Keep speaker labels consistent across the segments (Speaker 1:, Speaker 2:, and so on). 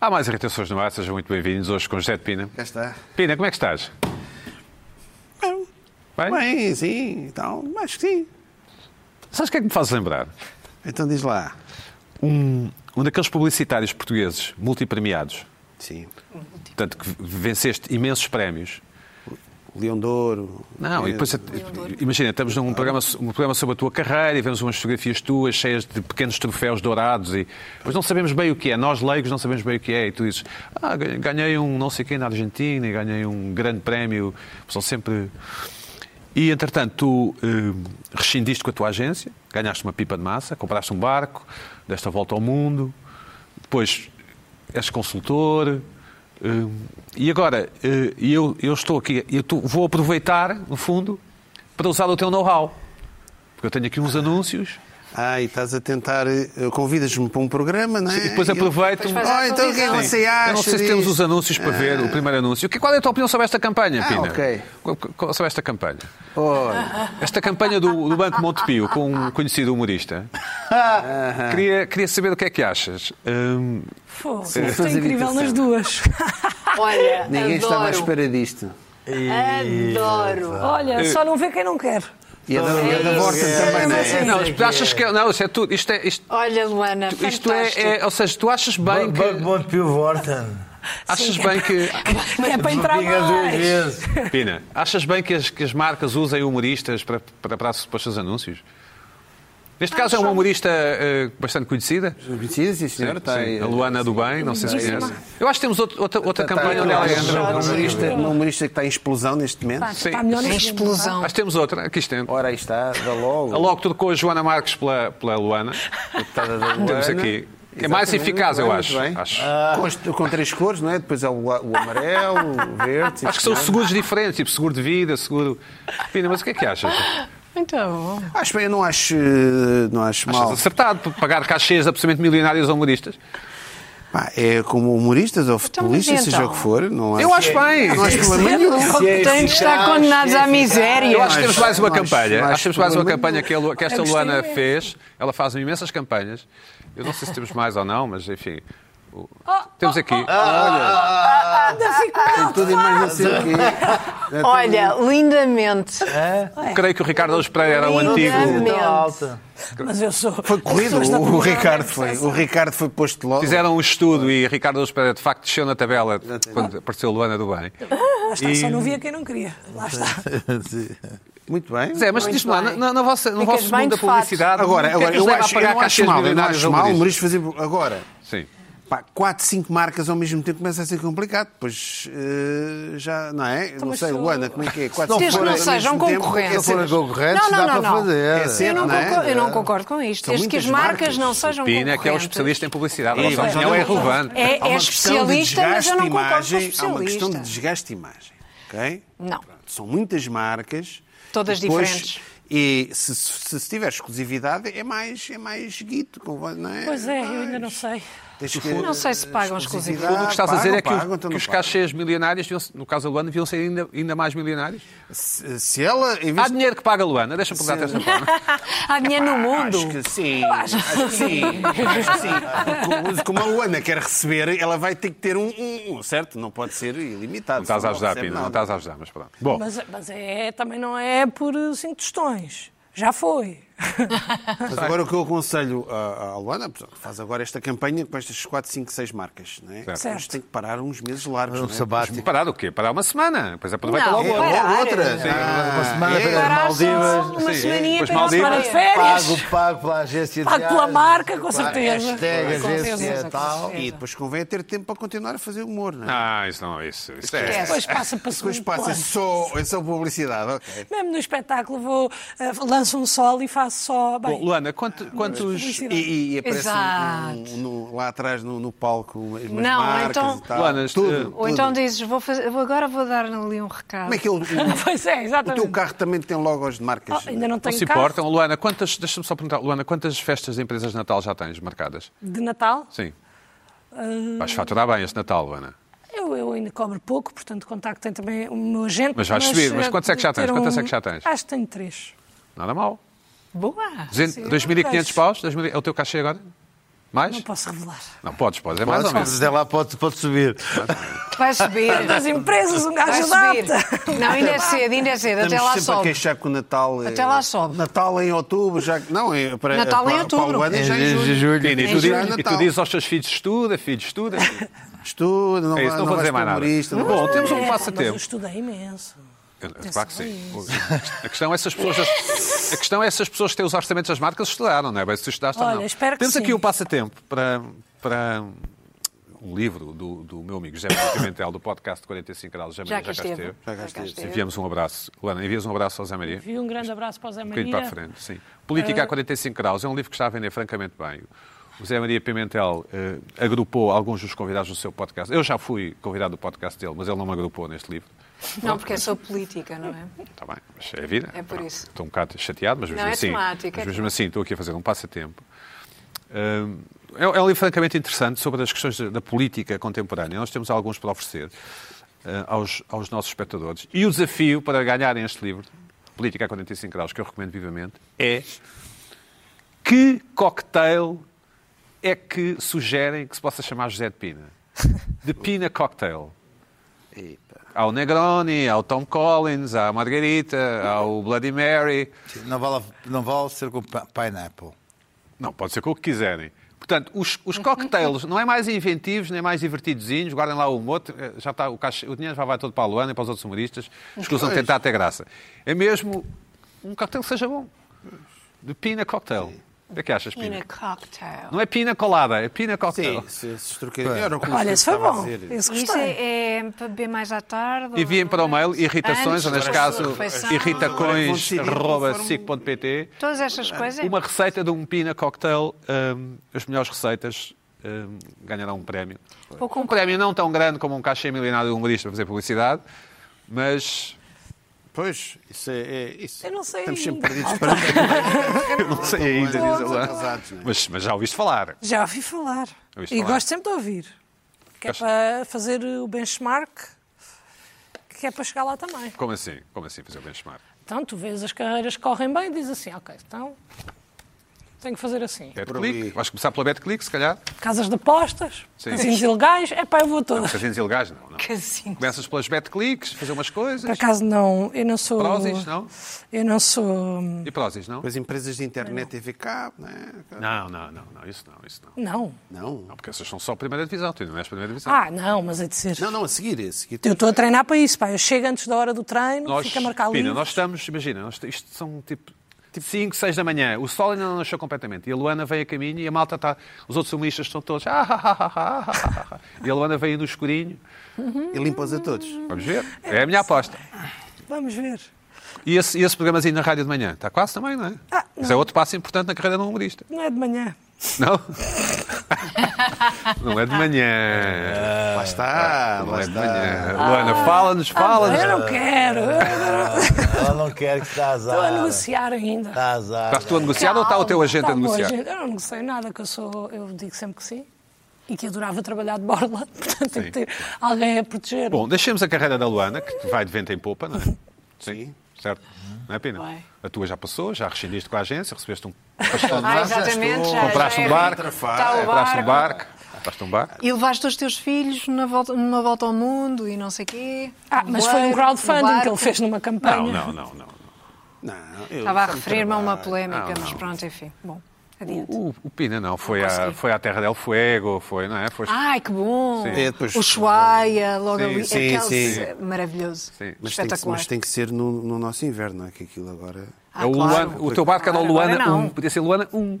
Speaker 1: Há mais irritações no ar, sejam muito bem-vindos hoje com José de Pina.
Speaker 2: Já está.
Speaker 1: Pina, como é que estás? Bem?
Speaker 2: Bem, sim, então, acho que sim.
Speaker 1: Sabes o que é que me faz lembrar?
Speaker 2: Então diz lá.
Speaker 1: Um, um daqueles publicitários portugueses multipremiados,
Speaker 2: Sim.
Speaker 1: portanto, que venceste imensos prémios.
Speaker 2: O Leão de Ouro.
Speaker 1: Não, e depois, é- imagina, estamos num programa, um programa sobre a tua carreira e vemos umas fotografias tuas cheias de pequenos troféus dourados, e, mas não sabemos bem o que é. Nós, leigos, não sabemos bem o que é. E tu dizes, ah, gan- ganhei um não sei quem na Argentina, e ganhei um grande prémio. São sempre. E, entretanto, tu hum, rescindiste com a tua agência, ganhaste uma pipa de massa, compraste um barco, deste a volta ao mundo, depois és consultor. hum, e agora, hum, e eu, eu estou aqui, eu tu- vou aproveitar, no fundo, para usar o teu know-how. Porque eu tenho aqui uns anúncios
Speaker 2: Ah, e estás a tentar. eh, Convidas-me para um programa, não é?
Speaker 1: e depois
Speaker 2: eu-
Speaker 1: aproveito.
Speaker 3: Depois faz
Speaker 2: Oh, então o que é que
Speaker 3: Sim.
Speaker 2: você acha?
Speaker 1: Eu não sei se temos
Speaker 2: disto?
Speaker 1: os anúncios para ver, o primeiro anúncio. Que- Qual é a tua opinião sobre esta campanha,
Speaker 2: Ah,
Speaker 1: Pina?
Speaker 2: ok.
Speaker 1: Qual- qual- Sobre esta campanha?
Speaker 2: Olha,
Speaker 1: Esta campanha do, do Banco Montepio com um conhecido humorista. Queria, queria saber o que é que achas. Hum,
Speaker 4: Pô,
Speaker 2: Soluções
Speaker 4: estou é incrível
Speaker 2: de
Speaker 4: nas duas.
Speaker 3: Olha,
Speaker 2: ninguém estava à
Speaker 3: adoro.
Speaker 2: espera disto.
Speaker 3: Adoro.
Speaker 4: Olha, só não vê quem não quer.
Speaker 2: E a da, e a da
Speaker 3: É
Speaker 2: Vorta
Speaker 3: isso.
Speaker 2: também, não é?
Speaker 3: Sim. tipo,
Speaker 1: não, mas achas que. é- Não, isto é tudo. Isto é. Isto,
Speaker 3: Olha, Luana,
Speaker 1: isto é,
Speaker 3: fantástico.
Speaker 1: é- Ou seja, tu achas bem que.
Speaker 5: Banco Montepio Vorten.
Speaker 1: Achas bem que.
Speaker 4: É para entrar
Speaker 5: Diga duas
Speaker 4: mais.
Speaker 5: vezes.
Speaker 1: Pina, achas bem que as, que as marcas usem humoristas para, para, para, os seus anúncios? Neste caso é uma humorista eh, bastante conhecida.
Speaker 2: Sim, sim, senhora. Está aí.
Speaker 1: Sim, a Luana do Bem, não sei se
Speaker 4: Lindíssima.
Speaker 1: conhece. Eu acho que temos outro- outra, outra
Speaker 2: Está aí
Speaker 1: campanha onde ela entra.
Speaker 2: uma é um humorista- uma humorista que está em explosão neste momento.
Speaker 1: Sim.
Speaker 4: Está tá melhor
Speaker 3: Em
Speaker 4: neste mundo,
Speaker 3: explosão.
Speaker 1: Acho que temos outra, aqui está.
Speaker 2: Ora, aí está, da
Speaker 1: A
Speaker 2: logo.
Speaker 1: logo trocou a Joana Marques pela, pela Luana.
Speaker 2: Deputada da Luana.
Speaker 1: Temos aqui. É mais
Speaker 2: tá, Exatamente,
Speaker 1: eficaz, eu
Speaker 2: muito
Speaker 1: acho.
Speaker 2: bem.
Speaker 1: Acho,
Speaker 2: Ah. Com, as- com três cores, não é? Depois há o, a- o amarelo, o verde. sim,
Speaker 1: acho que são
Speaker 2: senhora.
Speaker 1: seguros diferentes, tipo seguro de vida, seguro. Pina, mas o que é que achas?
Speaker 3: Muito bom.
Speaker 2: Acho bem, eu não acho, eh, não acho
Speaker 1: Achas
Speaker 2: mal.
Speaker 1: acertado por pagar cachês de absolutamente milionários a humoristas?
Speaker 2: Pá, é como humoristas ou futebolistas,
Speaker 3: mas
Speaker 2: seja
Speaker 3: então?
Speaker 2: o que for. Não
Speaker 1: Eu acho bem.
Speaker 2: Não acho problema nenhum.
Speaker 5: é
Speaker 3: Tem de estar
Speaker 5: eficaz,
Speaker 3: condenados
Speaker 5: se é
Speaker 3: à
Speaker 5: eficaz.
Speaker 3: miséria.
Speaker 1: Eu acho que temos mais uma
Speaker 2: Nós-
Speaker 1: campanha.
Speaker 2: nós
Speaker 1: Acho que temos mais uma
Speaker 2: provavelmente-
Speaker 1: campanha que, a Lu- que esta
Speaker 4: Eu gostei
Speaker 1: Luana
Speaker 4: mesmo.
Speaker 1: fez. Ela faz imensas campanhas. Eu não sei se temos mais ou não, mas enfim. O-
Speaker 3: Oh,
Speaker 1: Temos aqui.
Speaker 4: Anda, fico mal.
Speaker 2: Tudo e mais não sei o quê.
Speaker 3: Olha, lindamente. oh,
Speaker 1: Creio que o Ricardo Alves Pereira era o antigo.
Speaker 3: Lindamente.
Speaker 5: Tão
Speaker 2: tá
Speaker 5: alta.
Speaker 4: Mas eu sou.
Speaker 2: Foi corrido.
Speaker 4: eu sou esta
Speaker 2: O Ricardo
Speaker 4: temporada,
Speaker 2: foi. O
Speaker 4: percebes?
Speaker 2: Ricardo foi posto logo.
Speaker 1: Fizeram um estudo e Ricardo Alves Pereira de facto desceu na tabela quando apareceu Luana do Bem.
Speaker 4: Lá está, só não via quem não queria. Lá está.
Speaker 2: Muito bem.
Speaker 1: Zé, mas
Speaker 3: Muito
Speaker 1: diz-me lá,
Speaker 3: bem.
Speaker 1: na, na vossa, no
Speaker 3: Ficas
Speaker 1: vosso
Speaker 3: bem
Speaker 1: mundo da
Speaker 3: de fato.
Speaker 1: publicidade,
Speaker 2: Agora,
Speaker 1: o que é
Speaker 2: agora
Speaker 1: que os
Speaker 2: eu,
Speaker 1: leva a
Speaker 2: acho, eu
Speaker 1: pagar
Speaker 2: não acho
Speaker 1: cachês
Speaker 2: mal, eu não
Speaker 1: milionários
Speaker 2: acho
Speaker 1: a
Speaker 2: mal o
Speaker 1: humoristas?
Speaker 2: humorista fazer. Agora,
Speaker 1: Sim.
Speaker 2: pá, 4, 5 marcas ao mesmo tempo começa a ser complicado. Pois eh, já, não é? não
Speaker 4: mas
Speaker 2: sei,
Speaker 4: tu-
Speaker 2: Luana, como é que é? Quatro,
Speaker 3: Desde
Speaker 2: cinco
Speaker 3: que
Speaker 2: marcas
Speaker 3: Então, não
Speaker 2: ao
Speaker 3: sejam
Speaker 2: mesmo tempo,
Speaker 3: concorrentes.
Speaker 2: é sempre-
Speaker 5: concorrentes,
Speaker 3: Não, não,
Speaker 5: dá
Speaker 3: não,
Speaker 5: para
Speaker 3: não.
Speaker 5: fazer.
Speaker 2: É
Speaker 3: Eu
Speaker 2: sempre,
Speaker 3: não,
Speaker 2: não é?
Speaker 3: concordo, eu não concordo com isto.
Speaker 2: São
Speaker 3: Desde que as
Speaker 2: muitas
Speaker 3: marcas
Speaker 2: marcas.
Speaker 3: não sejam
Speaker 1: Pina é que é um
Speaker 3: concorrentes.
Speaker 1: especialista em publicidade. A
Speaker 2: Ei,
Speaker 1: vossa
Speaker 2: mas
Speaker 1: opinião
Speaker 2: olha
Speaker 1: é
Speaker 2: uma coisa.
Speaker 1: relevante.
Speaker 3: É,
Speaker 2: Há
Speaker 3: é
Speaker 2: uma questão de
Speaker 3: especialista, mas eu não
Speaker 2: desgaste
Speaker 3: concordo com
Speaker 2: imagem,
Speaker 3: especialista.
Speaker 2: Há uma questão de desgaste de imagem, ok?
Speaker 3: Não.
Speaker 2: Pronto, são muitas marcas.
Speaker 3: Todas
Speaker 2: depois-
Speaker 3: diferentes.
Speaker 2: E se, se, se tiver exclusividade, é mais, é mais guito, convém, não é?
Speaker 4: Pois é, eu ainda não sei.
Speaker 2: Tens que-
Speaker 3: Não sei se pagam exclusividade.
Speaker 1: O que estás a dizer
Speaker 2: Pagam,
Speaker 1: é que, o-
Speaker 2: pagam, então
Speaker 1: que
Speaker 2: não
Speaker 1: os
Speaker 2: pagam.
Speaker 1: cachês milionários, deviam- no caso da Luana, deviam ser ainda, ainda mais milionários.
Speaker 2: Se, se ela, em
Speaker 1: Há
Speaker 2: vez de
Speaker 1: dinheiro que paga a Luana, deixa-me perguntar esta forma.
Speaker 3: Há dinheiro no mundo.
Speaker 2: Acho que sim. Acho que sim. Acho que sim. Porque Como a Luana quer receber, ela vai ter que ter um, um- um, certo? Não pode ser ilimitado.
Speaker 1: Não estás a ajudar,
Speaker 2: recebe
Speaker 1: Pina, não
Speaker 2: nada.
Speaker 1: estás a ajudar, mas pronto. Bom,
Speaker 4: Mas, mas é, também não é por eh, cinco tostões. Já foi.
Speaker 2: Mas agora o que eu aconselho à à Luana, portanto, faz agora esta campanha com estas 4, 5, 6 marcas. Não é? Mas
Speaker 4: Certo.
Speaker 2: Tem que parar uns meses largos.
Speaker 5: Um
Speaker 2: não é?
Speaker 5: sabático.
Speaker 1: parar o quê? Parar uma semana. Depois aproveita
Speaker 3: Não,
Speaker 1: logo.
Speaker 3: é parar.
Speaker 2: Ou outra.
Speaker 1: Sim,
Speaker 5: Uma Ah, semana
Speaker 2: é?
Speaker 5: para as
Speaker 3: Parar só
Speaker 5: Maldivas.
Speaker 3: uma
Speaker 1: Sim,
Speaker 3: semaninha
Speaker 1: pois
Speaker 3: para a
Speaker 1: Maldivas.
Speaker 3: semana de férias.
Speaker 5: Pago, pago pela agência de
Speaker 4: Pago pela
Speaker 5: viagens,
Speaker 4: marca, com
Speaker 5: pá,
Speaker 4: certeza.
Speaker 5: Hashtag
Speaker 4: Com
Speaker 5: agência
Speaker 4: certeza,
Speaker 5: tal.
Speaker 2: E depois convém é ter tempo para continuar a fazer humor. Não é?
Speaker 1: Ah, isso não é isso. Isso é.
Speaker 3: Esquece.
Speaker 4: Depois passa para
Speaker 2: Depois
Speaker 4: segundo
Speaker 2: passa
Speaker 4: plano.
Speaker 2: só, é só publicidade. ok.
Speaker 4: Mesmo no espetáculo vou, eh, lanço um sol e faço só...
Speaker 1: Bom,
Speaker 4: Bem,
Speaker 1: Luana, quanto- quantos.
Speaker 2: E, e- e aparece um-
Speaker 3: Exato.
Speaker 2: um- no- lá atrás no, no palco umas umas
Speaker 3: Não,
Speaker 2: marcas
Speaker 3: então-
Speaker 2: e tal.
Speaker 1: Luana, este-
Speaker 2: tudo,
Speaker 3: Ou
Speaker 2: tudo.
Speaker 3: então dizes, vou fazer, vou- agora vou dar ali um recado.
Speaker 2: Como é que ele, o
Speaker 4: pois é, exatamente.
Speaker 2: teu carro também tem logos de marcas? é?
Speaker 4: Oh, ainda não
Speaker 1: Não
Speaker 4: tenho
Speaker 1: se
Speaker 4: carro
Speaker 1: importam. Luana, quantas. Deixa-me só perguntar. Luana, quantas festas de empresas de Natal já tens marcadas?
Speaker 4: de Natal.
Speaker 1: Sim.
Speaker 4: Ah.
Speaker 1: Vais faturar bem este Natal, Luana.
Speaker 4: Eu, eu ainda cobro pouco, portanto contactem também o meu agente.
Speaker 1: Mas vais subir, mas
Speaker 4: eh,
Speaker 1: quantos é que já tens?
Speaker 4: ter
Speaker 1: Quantos é que já tens?
Speaker 4: Acho que tenho três.
Speaker 1: Nada mal.
Speaker 3: Boa!
Speaker 4: Ah,
Speaker 1: Duzen- 2.500 paus? 2000 É o teu cachê agora? Mais?
Speaker 4: Não posso revelar.
Speaker 1: Não, podes, podes. É mais ou menos.
Speaker 5: Mas até lá pode, pode subir.
Speaker 3: Vai subir.
Speaker 4: Das empresas, um
Speaker 3: Vai
Speaker 4: gajo
Speaker 3: subir.
Speaker 4: adapta.
Speaker 3: Não, ainda é cedo, ainda é cedo. Até
Speaker 2: Estamos
Speaker 3: lá
Speaker 2: sempre a
Speaker 3: sobe.
Speaker 2: queixar que o Natal... é-
Speaker 3: Até lá sobe.
Speaker 2: Natal é em outubro, já... Não, é para,
Speaker 3: Natal em
Speaker 2: para- Para
Speaker 3: outubro.
Speaker 2: o ano
Speaker 5: É,
Speaker 2: é já em
Speaker 5: de
Speaker 2: julho.
Speaker 5: julho.
Speaker 1: Sim, e,
Speaker 2: É
Speaker 1: tu
Speaker 2: já é
Speaker 1: dizes, e tu
Speaker 2: Natal.
Speaker 1: dizes aos teus filhos, estuda, filho, estuda. filho.
Speaker 2: Estuda, não,
Speaker 1: É isso,
Speaker 2: vai-
Speaker 1: não vou
Speaker 2: vais
Speaker 1: dizer mais
Speaker 2: para
Speaker 1: nada.
Speaker 2: humorista, não-
Speaker 1: Bom, temos
Speaker 4: É,
Speaker 1: um
Speaker 4: Mas eu
Speaker 1: passatempo.
Speaker 4: estudei imenso.
Speaker 1: Eu- Claro que sim. A questão é se as pessoas, a questão é se as pessoas que têm os orçamentos das marcas estudaram, não é? Bem, se estudaste ou
Speaker 4: Olha,
Speaker 1: não.
Speaker 4: espero que
Speaker 1: Temos aqui
Speaker 4: sim.
Speaker 1: um passatempo para, para um livro do, do meu amigo José Maria Pimentel, do podcast 45 graus. José
Speaker 3: Já
Speaker 1: Maria
Speaker 3: que
Speaker 1: já cá
Speaker 3: esteve.
Speaker 1: esteve.
Speaker 2: Já cá esteve.
Speaker 1: Enviamos um abraço. Luana, envias um abraço ao José Maria.
Speaker 4: E um grande abraço para o Zé
Speaker 1: Um
Speaker 4: Maria.
Speaker 1: bocadinho para a frente, sim. Política
Speaker 3: ah,
Speaker 1: a 45 graus é um livro que está a vender francamente bem. O Zé Maria Pimentel eh, agrupou alguns dos convidados no seu podcast. Eu já fui convidado do podcast dele, mas ele não me agrupou neste livro.
Speaker 3: Não, porque é só política, não é?
Speaker 1: Está bem, mas é a vida.
Speaker 3: É por
Speaker 1: Pronto.
Speaker 3: isso.
Speaker 1: Estou um bocado chateado, mas mesmo,
Speaker 3: Não, é
Speaker 1: assim,
Speaker 3: temática,
Speaker 1: mas
Speaker 3: é
Speaker 1: mesmo
Speaker 3: temática.
Speaker 1: assim estou aqui a fazer um passatempo. Hum, É, é um livro francamente interessante sobre as questões da, da política contemporânea. Nós temos alguns para oferecer eh, aos, aos nossos espectadores. E o desafio para ganharem este livro, Política a 45 Graus, que eu recomendo vivamente, é que cocktail é que sugerem que se possa chamar José de Pina? De Pina Cocktail. Há o Negroni, há o Tom Collins, há a Margarita, há o Bloody Mary.
Speaker 5: Não vale, não vale ser com pi- pineapple.
Speaker 1: Não, pode ser com o que quiserem. Portanto, os,
Speaker 3: Uhum.
Speaker 1: os cocktails não é mais inventivos, nem mais divertidozinhos, guardem lá o mote, eh, já está, o, caixa, o dinheiro já vai todo para a Luana e para os outros humoristas, escusam de tentar ter graça. É mesmo um cocktail que seja bom. De pina cocktail. O que é que achas,
Speaker 3: In
Speaker 1: Pina?
Speaker 3: a cocktail.
Speaker 1: Não é pina colada, é pina cocktail.
Speaker 2: Sim, se, se trocadilhos. Era o que o
Speaker 4: Olha,
Speaker 2: Filipe
Speaker 4: isso foi
Speaker 2: estava a
Speaker 4: bom.
Speaker 2: dizer.
Speaker 4: Isso
Speaker 3: Isso
Speaker 4: gostei.
Speaker 3: é, é para beber mais à tarde? ou
Speaker 1: Enviem para o mail
Speaker 3: antes?
Speaker 1: irritações, ou
Speaker 3: Antes
Speaker 1: neste
Speaker 3: da
Speaker 1: caso,
Speaker 3: sua refeição.
Speaker 2: decidir de que
Speaker 1: irritacões.sic.pt.
Speaker 3: Todas estas coisas.
Speaker 1: Uma receita de um pina cocktail, hum, as melhores receitas hum, ganharão um prémio.
Speaker 3: Ou com-
Speaker 1: Um prémio não tão grande como um cachê milionário de humorista para fazer publicidade, mas
Speaker 2: Pois, isso é, é isso.
Speaker 4: Eu não sei
Speaker 2: Estamos sempre
Speaker 4: ainda.
Speaker 2: perdidos para
Speaker 1: eu não sei ainda, diz ela.
Speaker 2: casados, não é?
Speaker 1: Mas, mas já ouviste falar.
Speaker 4: Já ouvi falar.
Speaker 1: Ouviste
Speaker 4: E
Speaker 1: falar?
Speaker 4: gosto sempre de ouvir. Que é
Speaker 1: Gosto.
Speaker 4: para fazer o benchmark, que é para chegar lá também.
Speaker 1: Como assim? Como assim fazer o benchmark?
Speaker 4: Então, tu vês as carreiras que correm bem e dizes assim, ok, então tenho que fazer assim.
Speaker 1: É Betclic? Vais começar pela Betclic, se calhar?
Speaker 4: Casas de apostas,
Speaker 1: Sim.
Speaker 4: cassinos ilegais, é pá, eu vou todas.
Speaker 1: Casinos ilegais, não. não.
Speaker 3: Casinho.
Speaker 1: Começas pelas Betclics, fazer umas
Speaker 4: Por
Speaker 1: coisas.
Speaker 4: acaso não, eu não sou...
Speaker 1: Prozis, não?
Speaker 4: Eu não sou...
Speaker 1: E prósis, não?
Speaker 2: Com as empresas de internet TV cabo, não é?
Speaker 1: Não, não, não, não, isso não, isso não.
Speaker 4: Não.
Speaker 2: Não.
Speaker 1: Não, porque essas são só a primeira divisão, tu não és a primeira divisão.
Speaker 4: Ah, não, mas é de ser...
Speaker 2: Não, não, a seguir, a seguir.
Speaker 4: Eu estou a treinar para isso, pá. Eu chego antes da hora do treino,
Speaker 1: nós,
Speaker 4: fico a é marcar
Speaker 1: Pina,
Speaker 4: livros.
Speaker 1: nós estamos, imagina, nós, isto são tipo 5, 6 da manhã, o sol ainda não nasceu completamente, e a Luana vem a caminho e a malta está, os outros humoristas estão todos, ah, ah, ah, ah, ah, ah, ah, ah. e a Luana vem no escurinho,
Speaker 2: E limpa-os a todos.
Speaker 1: vamos ver, é a minha aposta.
Speaker 4: Vamos ver.
Speaker 1: E esse, e esse programazinho na rádio de manhã, está quase também, não é?
Speaker 4: Ah, não.
Speaker 1: Mas é outro passo importante na carreira de um humorista.
Speaker 4: Não é de manhã.
Speaker 1: Não? não é de manhã.
Speaker 2: Lá está,
Speaker 1: Não
Speaker 2: lá
Speaker 1: é de
Speaker 2: está.
Speaker 1: manhã. Luana, fala-nos, fala-nos.
Speaker 4: Eu não quero. Eu
Speaker 5: Ela não quer que está
Speaker 4: Estou a
Speaker 5: azar.
Speaker 4: negociar ainda.
Speaker 5: Está azar.
Speaker 2: Tá
Speaker 1: Estás tu a negociar ou está o teu agente a
Speaker 4: Calma,
Speaker 1: Tá. negociar?
Speaker 4: agente. Eu não negocio nada, que eu sou. Eu digo sempre que sim. E que adorava trabalhar de borla. Portanto, tem que ter alguém a proteger.
Speaker 1: Bom, deixemos a carreira da Luana, que vai de vento em popa, não é? Sim. Certo? Não é, Pina?
Speaker 3: Uhum. Vai.
Speaker 1: A tua já passou, já rescindiste com a agência, recebeste um pastão de
Speaker 3: Ah,
Speaker 1: massa,
Speaker 3: exatamente. Já,
Speaker 1: compraste
Speaker 3: já
Speaker 1: um
Speaker 3: é-
Speaker 1: barco,
Speaker 3: Está o
Speaker 1: compraste um
Speaker 3: barco.
Speaker 1: barco, compraste um barco.
Speaker 3: E levaste os teus filhos na volta- numa volta ao mundo e não sei quê.
Speaker 4: Ah, mas foi um
Speaker 3: Voeiro,
Speaker 4: crowdfunding que
Speaker 3: barco.
Speaker 4: ele fez numa campanha.
Speaker 1: Não, não, não, não.
Speaker 2: Não, eu-
Speaker 3: Estava a
Speaker 2: foi um
Speaker 3: referir-me a uma
Speaker 2: trabalho.
Speaker 3: polémica,
Speaker 1: Ah, Não,
Speaker 3: mas
Speaker 1: não.
Speaker 3: pronto, enfim. Bom, adiante.
Speaker 1: O, o Pina não, foi,
Speaker 3: Não
Speaker 1: à,
Speaker 3: consegui. Ah,
Speaker 1: foi à Terra del Fuego, foi, não é? Foi,
Speaker 3: Ai, que bom!
Speaker 1: Sim.
Speaker 2: É, depois-
Speaker 3: O Ushuaia, logo
Speaker 1: Sim,
Speaker 3: ali.
Speaker 2: sim,
Speaker 3: aquele
Speaker 2: sim.
Speaker 3: maravilhoso.
Speaker 1: Sim.
Speaker 2: Mas tem, que,
Speaker 3: Espetacular.
Speaker 2: mas tem que ser no, no nosso inverno, não é? Que aquilo agora.
Speaker 3: Ah,
Speaker 1: É o,
Speaker 3: claro.
Speaker 1: Luana- o teu barco era o
Speaker 3: Agora
Speaker 1: Luana
Speaker 3: não.
Speaker 1: 1, podia ser Luana 1.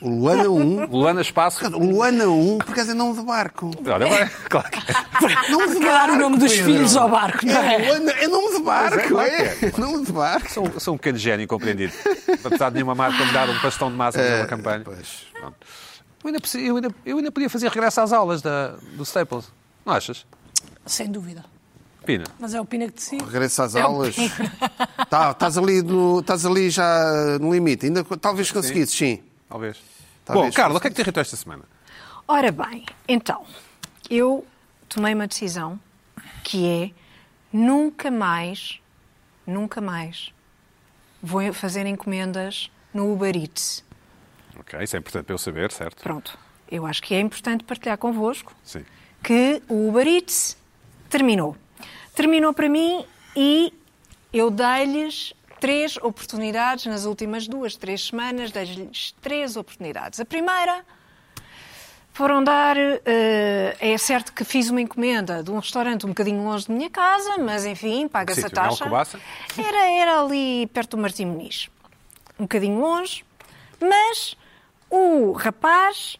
Speaker 2: O Luana 1.
Speaker 1: O Luana Espaço.
Speaker 3: um.
Speaker 2: O Luana 1, por acaso é nome de barco.
Speaker 1: Olha, vai, claro que é.
Speaker 2: Nome de
Speaker 4: Quer dar o nome dos
Speaker 2: Pedro.
Speaker 4: filhos ao barco, não
Speaker 2: É,
Speaker 4: é?
Speaker 2: Luana, é nome de barco,
Speaker 1: Pois
Speaker 2: é?
Speaker 1: é, claro
Speaker 2: Nome de barco.
Speaker 1: Sou, sou um pequeno gênio incompreendido. Apesar de nenhuma marca me dar um pastão de massa
Speaker 3: É,
Speaker 1: numa campanha.
Speaker 2: pois.
Speaker 1: Pronto. Eu, ainda, preci- eu, ainda, eu ainda podia fazer regresso às aulas da, do Staples. Não achas?
Speaker 4: Sem dúvida.
Speaker 1: Pina.
Speaker 4: Mas é o Pina que decide.
Speaker 2: Regresso às aulas. Tá, estás, ali no, estás ali já no limite. Ainda, co- talvez conseguisses, sim.
Speaker 1: Talvez.
Speaker 2: Talvez
Speaker 1: Bom, Carla, o que é que te irritou esta semana?
Speaker 3: Ora bem, então, eu tomei uma decisão que é nunca mais, nunca mais vou fazer encomendas no Uber Eats.
Speaker 1: Ok, isso é importante para eu saber, certo?
Speaker 3: Pronto, eu acho que é importante partilhar convosco
Speaker 1: Sim.
Speaker 3: que o Uber Eats terminou. Terminou para mim e eu dei-lhes três oportunidades nas últimas duas, três semanas, dei-lhes três oportunidades. A primeira foram dar. eh, é certo que fiz uma encomenda de um restaurante um bocadinho longe da minha casa, mas enfim, paga-se a
Speaker 1: Sítio, em
Speaker 3: taxa.
Speaker 1: Alcobaça?
Speaker 3: Era, era ali perto do Martim Muniz. Um bocadinho longe, mas o rapaz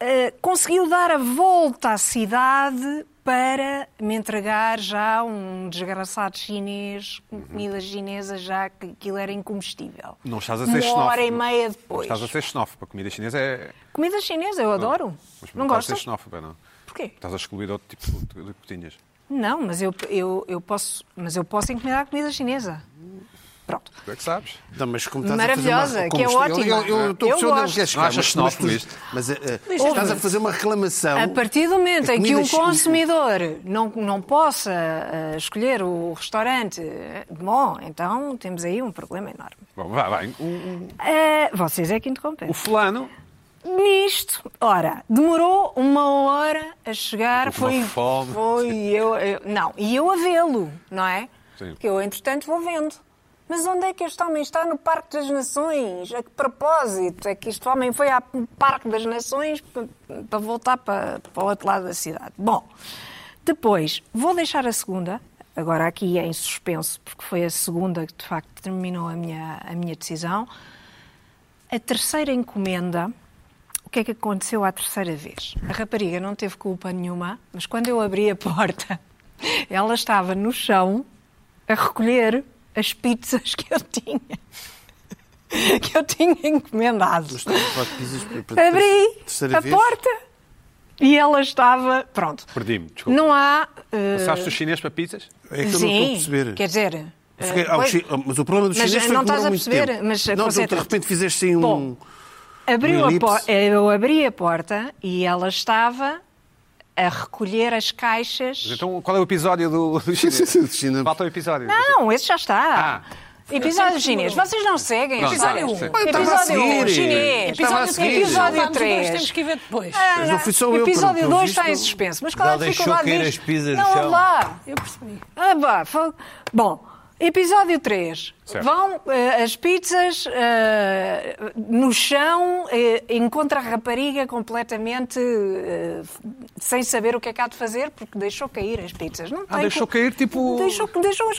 Speaker 3: eh, conseguiu dar a volta à cidade para me entregar já um desgraçado chinês, comida chinesa, já que aquilo era incomestível.
Speaker 1: Uhum. Não estás a ser
Speaker 3: Uma hora e
Speaker 1: xenófobo.
Speaker 3: meia
Speaker 1: Não
Speaker 3: depois.
Speaker 1: estás a ser xenófobo. A comida chinesa é.
Speaker 3: Comida chinesa, eu adoro.
Speaker 1: Mas
Speaker 3: Não,
Speaker 1: estás a
Speaker 3: gosto.
Speaker 1: ser xenófoba, não?
Speaker 3: Porquê?
Speaker 1: Estás a excluir outro tipo de- de cotinhas.
Speaker 3: Não, mas eu, eu, eu posso, mas eu posso encomendar comida chinesa. Pronto.
Speaker 1: Tu é que sabes.
Speaker 2: Não, mas como estás a
Speaker 3: Maravilhosa,
Speaker 2: fazer uma,
Speaker 3: que é
Speaker 2: como estou-
Speaker 3: ótima.
Speaker 2: Eu, eu, eu estou a perceber
Speaker 3: Eu
Speaker 2: onde
Speaker 3: gosto.
Speaker 2: ele quer chegar,
Speaker 1: Não achas
Speaker 2: mas- mas
Speaker 1: xenófobo
Speaker 2: tu-
Speaker 1: isto?
Speaker 2: Mas eh, eh,
Speaker 4: Ouve.
Speaker 2: estás a fazer uma reclamação.
Speaker 3: A partir do momento em que
Speaker 2: Então, comida
Speaker 3: um
Speaker 2: chi-
Speaker 3: consumidor não, não possa ah, escolher o restaurante, eh, bom, então temos aí um problema enorme.
Speaker 1: Bom, vá, vai. O, o-
Speaker 3: Ah, vocês é que interrompem.
Speaker 1: o fulano.
Speaker 3: Nisto, ora, demorou uma hora a chegar.
Speaker 1: Estou com
Speaker 3: Foi,
Speaker 1: uma fome.
Speaker 3: foi eu, eu- Não, e eu a vê-lo, não é?
Speaker 1: Sim.
Speaker 3: Que eu, entretanto, vou vendo. Mas onde é que este homem está no Parque das Nações? A que propósito é que este homem foi ao Parque das Nações pa- para voltar para, para o outro lado da cidade? Bom, depois vou deixar a segunda, agora aqui é em suspenso, porque foi a segunda que de facto determinou a minha, a minha decisão. A terceira encomenda, o que é que aconteceu à terceira vez? A rapariga não teve culpa nenhuma, mas quando eu abri a porta, ela estava no chão a recolher as pizzas que eu tinha. Que eu tinha encomendado.
Speaker 2: Mas tu pode pizzas para- para-
Speaker 3: Abri
Speaker 2: terceira
Speaker 3: a
Speaker 2: vez?
Speaker 3: porta e ela estava. Pronto.
Speaker 1: Perdi-me, desculpa.
Speaker 3: Não há. eh,
Speaker 1: Passaste do chinês para pizzas?
Speaker 2: É que eu não estou a
Speaker 3: sim,
Speaker 2: perceber.
Speaker 3: quer dizer.
Speaker 2: Eu fiquei-
Speaker 3: eh,
Speaker 2: ah, o
Speaker 3: pois-
Speaker 2: chi- mas o problema dos
Speaker 3: Mas,
Speaker 2: chineses
Speaker 3: eh,
Speaker 2: foi que
Speaker 3: não estás
Speaker 2: demorou
Speaker 3: a
Speaker 2: muito
Speaker 3: perceber,
Speaker 2: tempo.
Speaker 3: mas,
Speaker 2: não, tu, de
Speaker 3: concentra-te.
Speaker 2: repente fizeste assim um...
Speaker 3: Bom, Abriu
Speaker 2: Um
Speaker 3: a por- eh,
Speaker 2: elipse?
Speaker 3: Eu abri a porta e ela estava a recolher as caixas.
Speaker 1: Mas Então, qual é o episódio do, do
Speaker 2: Do
Speaker 1: chinês?
Speaker 2: chinês.
Speaker 1: Falta o episódio.
Speaker 3: Não, esse já está.
Speaker 1: Ah.
Speaker 3: Episódio chinês. Vocês não seguem.
Speaker 1: Não,
Speaker 3: episódio
Speaker 1: não,
Speaker 3: 1.
Speaker 1: sim.
Speaker 2: Eu estava a
Speaker 3: Episódio 1,
Speaker 2: seguir.
Speaker 3: chinês.
Speaker 2: Eu estava a
Speaker 4: Episódio
Speaker 2: seguir. É.
Speaker 4: 3.
Speaker 3: Episódio
Speaker 4: Temos
Speaker 3: 3.
Speaker 4: que ver depois.
Speaker 2: Mas não fui só eu, um pelo-
Speaker 3: Episódio
Speaker 2: pelo
Speaker 3: 2 está
Speaker 2: visto.
Speaker 3: em suspenso. Mas qual é a
Speaker 5: Ela deixou
Speaker 3: dificuldade
Speaker 5: cair
Speaker 3: disto?
Speaker 5: as pizzas no
Speaker 3: Não,
Speaker 5: chão.
Speaker 3: olha lá.
Speaker 4: Eu percebi.
Speaker 3: Ah, bah, fal- Bom, episódio 3.
Speaker 1: Certo.
Speaker 3: Vão eh, as pizzas eh, no chão, eh, encontra a rapariga completamente eh, f- sem saber o que é que há de fazer, porque deixou cair as pizzas. Não tem
Speaker 1: Ah, deixou cair, tipo-
Speaker 3: Deixou, deixou-as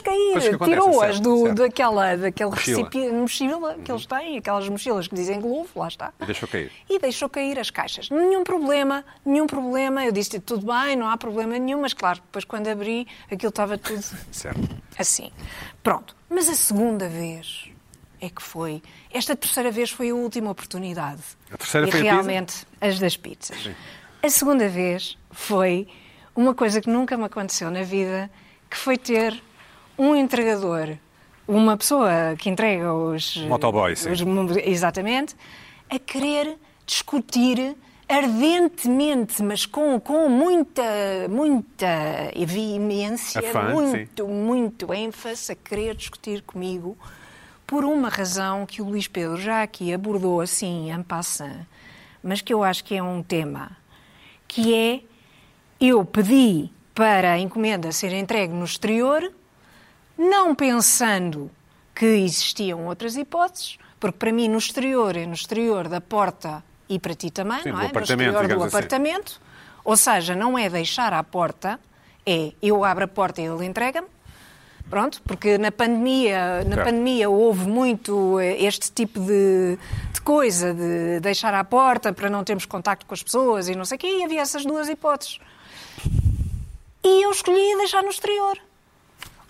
Speaker 1: Coisas
Speaker 3: cair,
Speaker 1: que acontecem,
Speaker 3: tirou-as
Speaker 1: certo,
Speaker 3: do,
Speaker 1: certo.
Speaker 3: daquela, daquele
Speaker 1: Mochila. Uhum.
Speaker 3: recipiente, mochila que eles têm, aquelas mochilas que dizem Globo, lá está.
Speaker 1: E deixou cair.
Speaker 3: E deixou cair as caixas. Nenhum problema, nenhum problema. Eu disse tudo bem, não há problema nenhum, mas claro, depois quando abri, aquilo estava tudo
Speaker 1: Certo.
Speaker 3: assim. Pronto. Mas a segunda vez é que foi. Esta terceira vez foi a última oportunidade.
Speaker 1: A terceira
Speaker 3: e
Speaker 1: foi a pizza?
Speaker 3: realmente as das pizzas. A segunda vez foi uma coisa que nunca me aconteceu na vida, que foi ter um entregador, uma pessoa que entrega os
Speaker 1: Motoboy, sim.
Speaker 3: os mo- exatamente, a querer discutir ardentemente, mas com, com muita, muita veemência,
Speaker 1: Afã,
Speaker 3: é muito, muito ênfase, a querer discutir comigo por uma razão que o Luís Pedro já aqui abordou assim, en passant, mas que eu acho que é um tema, que é, eu pedi para a encomenda ser entregue no exterior, não pensando que existiam outras hipóteses, porque para mim no exterior é no exterior da porta e para ti também,
Speaker 1: Sim,
Speaker 3: não
Speaker 1: do
Speaker 3: é?
Speaker 1: apartamento,
Speaker 3: no exterior do
Speaker 1: digamos assim.
Speaker 3: apartamento, ou seja, não é deixar à porta, é eu abro a porta e ele entrega-me. Pronto, porque na pandemia, na
Speaker 1: Certo.
Speaker 3: pandemia houve muito eh, este tipo de, de coisa, de deixar à porta para não termos contacto com as pessoas e não sei o quê, e havia essas duas hipóteses. E eu escolhi deixar no exterior.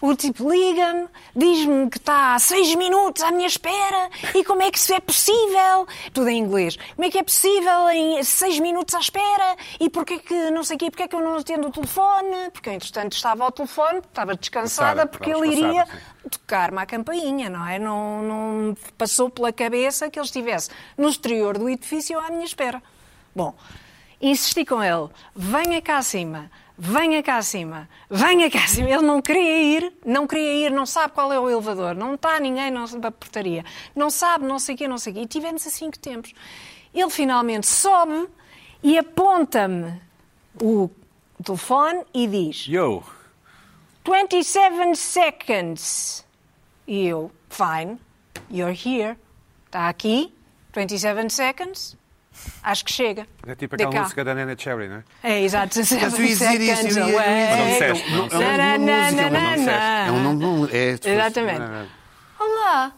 Speaker 3: O tipo liga-me, diz-me que está há seis minutos à minha espera e como é que isso é possível? Tudo em inglês. Como é que é possível em seis minutos à espera? E porquê que, não sei o quê, porquê que eu não atendo o telefone? Porque eu, entretanto, estava ao telefone, estava descansada,
Speaker 1: Cansada,
Speaker 3: porque
Speaker 1: estavas
Speaker 3: ele iria
Speaker 1: cansada,
Speaker 3: tocar-me à campainha, não é? Não, não passou pela cabeça que ele estivesse no exterior do edifício à minha espera. Bom, insisti com ele, venha cá acima, venha cá acima, venha cá acima. Ele não queria ir, não queria ir, não sabe qual é o elevador, não está ninguém na portaria, não sabe, não sei o quê, não sei o quê. E tivemos assim que tempos. Ele finalmente some e aponta-me o telefone e diz:
Speaker 1: Yo,
Speaker 3: 27 seconds. E eu, fine, you're here. Está aqui, 27 seconds. Acho que chega.
Speaker 1: é tipo
Speaker 3: De
Speaker 1: aquela
Speaker 3: cá.
Speaker 1: música da Nana Cherry, não é?
Speaker 3: É, exato, 27
Speaker 5: Mas eu ia dizer isso,
Speaker 3: seconds
Speaker 5: eu ia- eu ia
Speaker 3: away.
Speaker 1: dizer isso. Não disseste,
Speaker 3: Na,
Speaker 5: não.
Speaker 3: na,
Speaker 5: É um nome
Speaker 3: na,
Speaker 5: de música,
Speaker 3: na,
Speaker 1: não
Speaker 3: na.
Speaker 5: É um nome. É,
Speaker 3: Exatamente. Olá!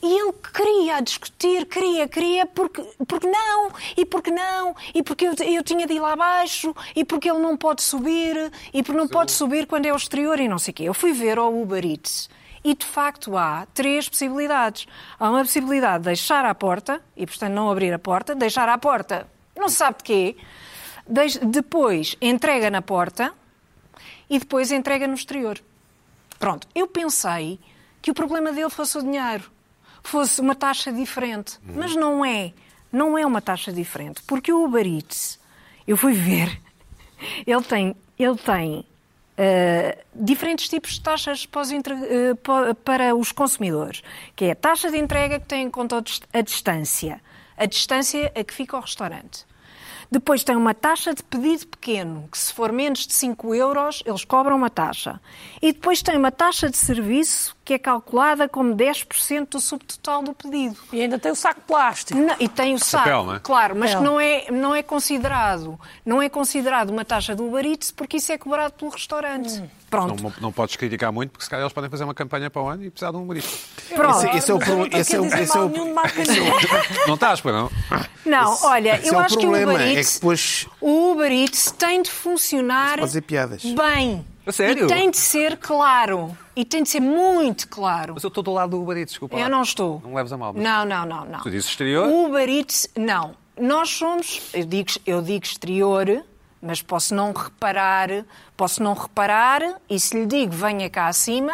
Speaker 3: E ele queria discutir, queria, queria, porque, porque não, e porque não, e porque eu, eu tinha de ir lá abaixo, e porque ele não pode subir, e porque não pode subir quando é ao exterior, e não sei o quê. Eu fui ver ao Uber Eats, e de facto há três possibilidades. Há uma possibilidade de deixar à porta, e portanto não abrir a porta, deixar à porta, não se sabe de quê, Deix- depois entrega na porta, e depois entrega no exterior. Pronto, eu pensei que o problema dele fosse o dinheiro, fosse uma taxa diferente, mas não é. Não é uma taxa diferente, porque o Uber Eats, eu fui ver, ele tem, ele tem eh, diferentes tipos de taxas para os, entre- eh, pa- para os consumidores, que é a taxa de entrega que tem em conta a dis- a distância, a distância a que fica o restaurante. Depois tem uma taxa de pedido pequeno, que se for menos de 5 euros, eles cobram uma taxa. E depois tem uma taxa de serviço que é calculada como 10% do subtotal do pedido.
Speaker 4: E ainda tem o saco plástico.
Speaker 3: Não, e tem o saco,
Speaker 1: Papel, não é?
Speaker 3: claro, mas
Speaker 4: Papel.
Speaker 3: não é, não é considerado. Não é considerado uma taxa do Uber Eats porque isso é cobrado pelo restaurante.
Speaker 1: Não,
Speaker 3: Pronto.
Speaker 1: não, não podes criticar muito, porque se calhar eles podem fazer uma campanha para o ano e precisar de um humorista.
Speaker 3: Pronto.
Speaker 2: Esse- esse é o
Speaker 4: Mas eu não
Speaker 2: pro- esse é o-
Speaker 4: quero dizer
Speaker 2: esse é
Speaker 4: mal
Speaker 2: o-
Speaker 4: nenhum de marca nenhuma.
Speaker 1: Não estás, para não?
Speaker 3: Não, olha,
Speaker 2: esse
Speaker 3: eu
Speaker 2: é o
Speaker 3: acho que o
Speaker 2: problema,
Speaker 3: Uber
Speaker 2: é que
Speaker 3: Eats,
Speaker 2: depois-
Speaker 3: o Uber Eats tem de funcionar
Speaker 2: Pode dizer piadas.
Speaker 3: bem.
Speaker 1: A sério?
Speaker 3: E tem de ser claro. E tem de ser muito claro.
Speaker 1: Mas eu estou do lado do Uber Eats, desculpa. lá.
Speaker 3: Eu não estou.
Speaker 1: Não leves a mal. mas-
Speaker 3: Não, não, não, não.
Speaker 1: Tu dizes exterior?
Speaker 3: O Uber Eats, não. Nós somos, eu digo, eu digo exterior, mas posso não reparar, posso não reparar e se lhe digo venha cá acima,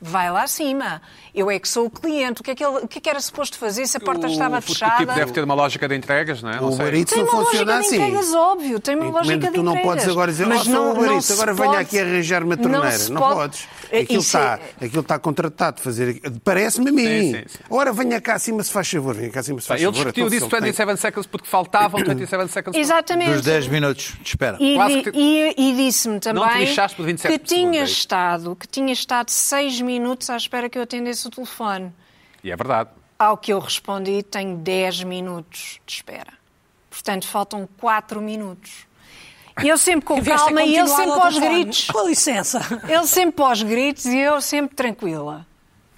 Speaker 3: vai lá acima. Eu é que sou o cliente. O que é que, ele- o que, é que era suposto fazer se a porta
Speaker 1: O-
Speaker 3: estava
Speaker 1: o
Speaker 3: fechada?
Speaker 1: tipo deve ter uma lógica de entregas, não é?
Speaker 2: O
Speaker 1: Não sei.
Speaker 2: Uber Eats
Speaker 3: Tem
Speaker 2: não
Speaker 3: uma
Speaker 2: funciona
Speaker 3: lógica de
Speaker 2: assim.
Speaker 3: entregas, óbvio. Tem uma
Speaker 2: Encomenda,
Speaker 3: lógica de
Speaker 2: tu não
Speaker 3: entregas.
Speaker 2: podes agora dizer, "Oh, sou Uber Eats,
Speaker 3: se
Speaker 2: agora venha aqui arranjar-me a
Speaker 3: não
Speaker 2: torneira.
Speaker 3: se
Speaker 2: Não,
Speaker 3: pode-
Speaker 2: podes.
Speaker 3: Eh,
Speaker 2: Aquilo
Speaker 3: isso
Speaker 2: está,
Speaker 3: é-
Speaker 2: aquilo está contratado de fazer. Parece-me a mim.
Speaker 1: Sim, sim, sim.
Speaker 2: Ora, venha cá acima se faz favor. Venha cá acima se
Speaker 1: Pá,
Speaker 2: faz
Speaker 1: Ele
Speaker 2: favor.
Speaker 1: discutiu
Speaker 2: Então, se
Speaker 1: disso
Speaker 2: ele tem-
Speaker 1: 27 seconds porque faltavam 27 seconds.
Speaker 3: Exatamente.
Speaker 5: Dos 10 minutos de espera.
Speaker 3: E,
Speaker 1: Quase
Speaker 3: di-
Speaker 1: que te-
Speaker 3: e- e disse-me
Speaker 1: Não te
Speaker 3: também
Speaker 1: lixaste por 27
Speaker 3: que tinha
Speaker 1: segundos, é isso?
Speaker 3: estado, que tinha estado seis minutos à espera que eu atendesse o telefone.
Speaker 1: E é verdade.
Speaker 3: Ao que eu respondi, tenho 10 minutos de espera. Portanto, faltam 4 minutos. E Eu sempre com
Speaker 4: Em vez de
Speaker 3: calma e ele
Speaker 4: continuar
Speaker 3: sempre
Speaker 4: ao
Speaker 3: aos
Speaker 4: telefone.
Speaker 3: gritos.
Speaker 4: Com licença.
Speaker 3: Ele sempre aos gritos e eu sempre tranquila.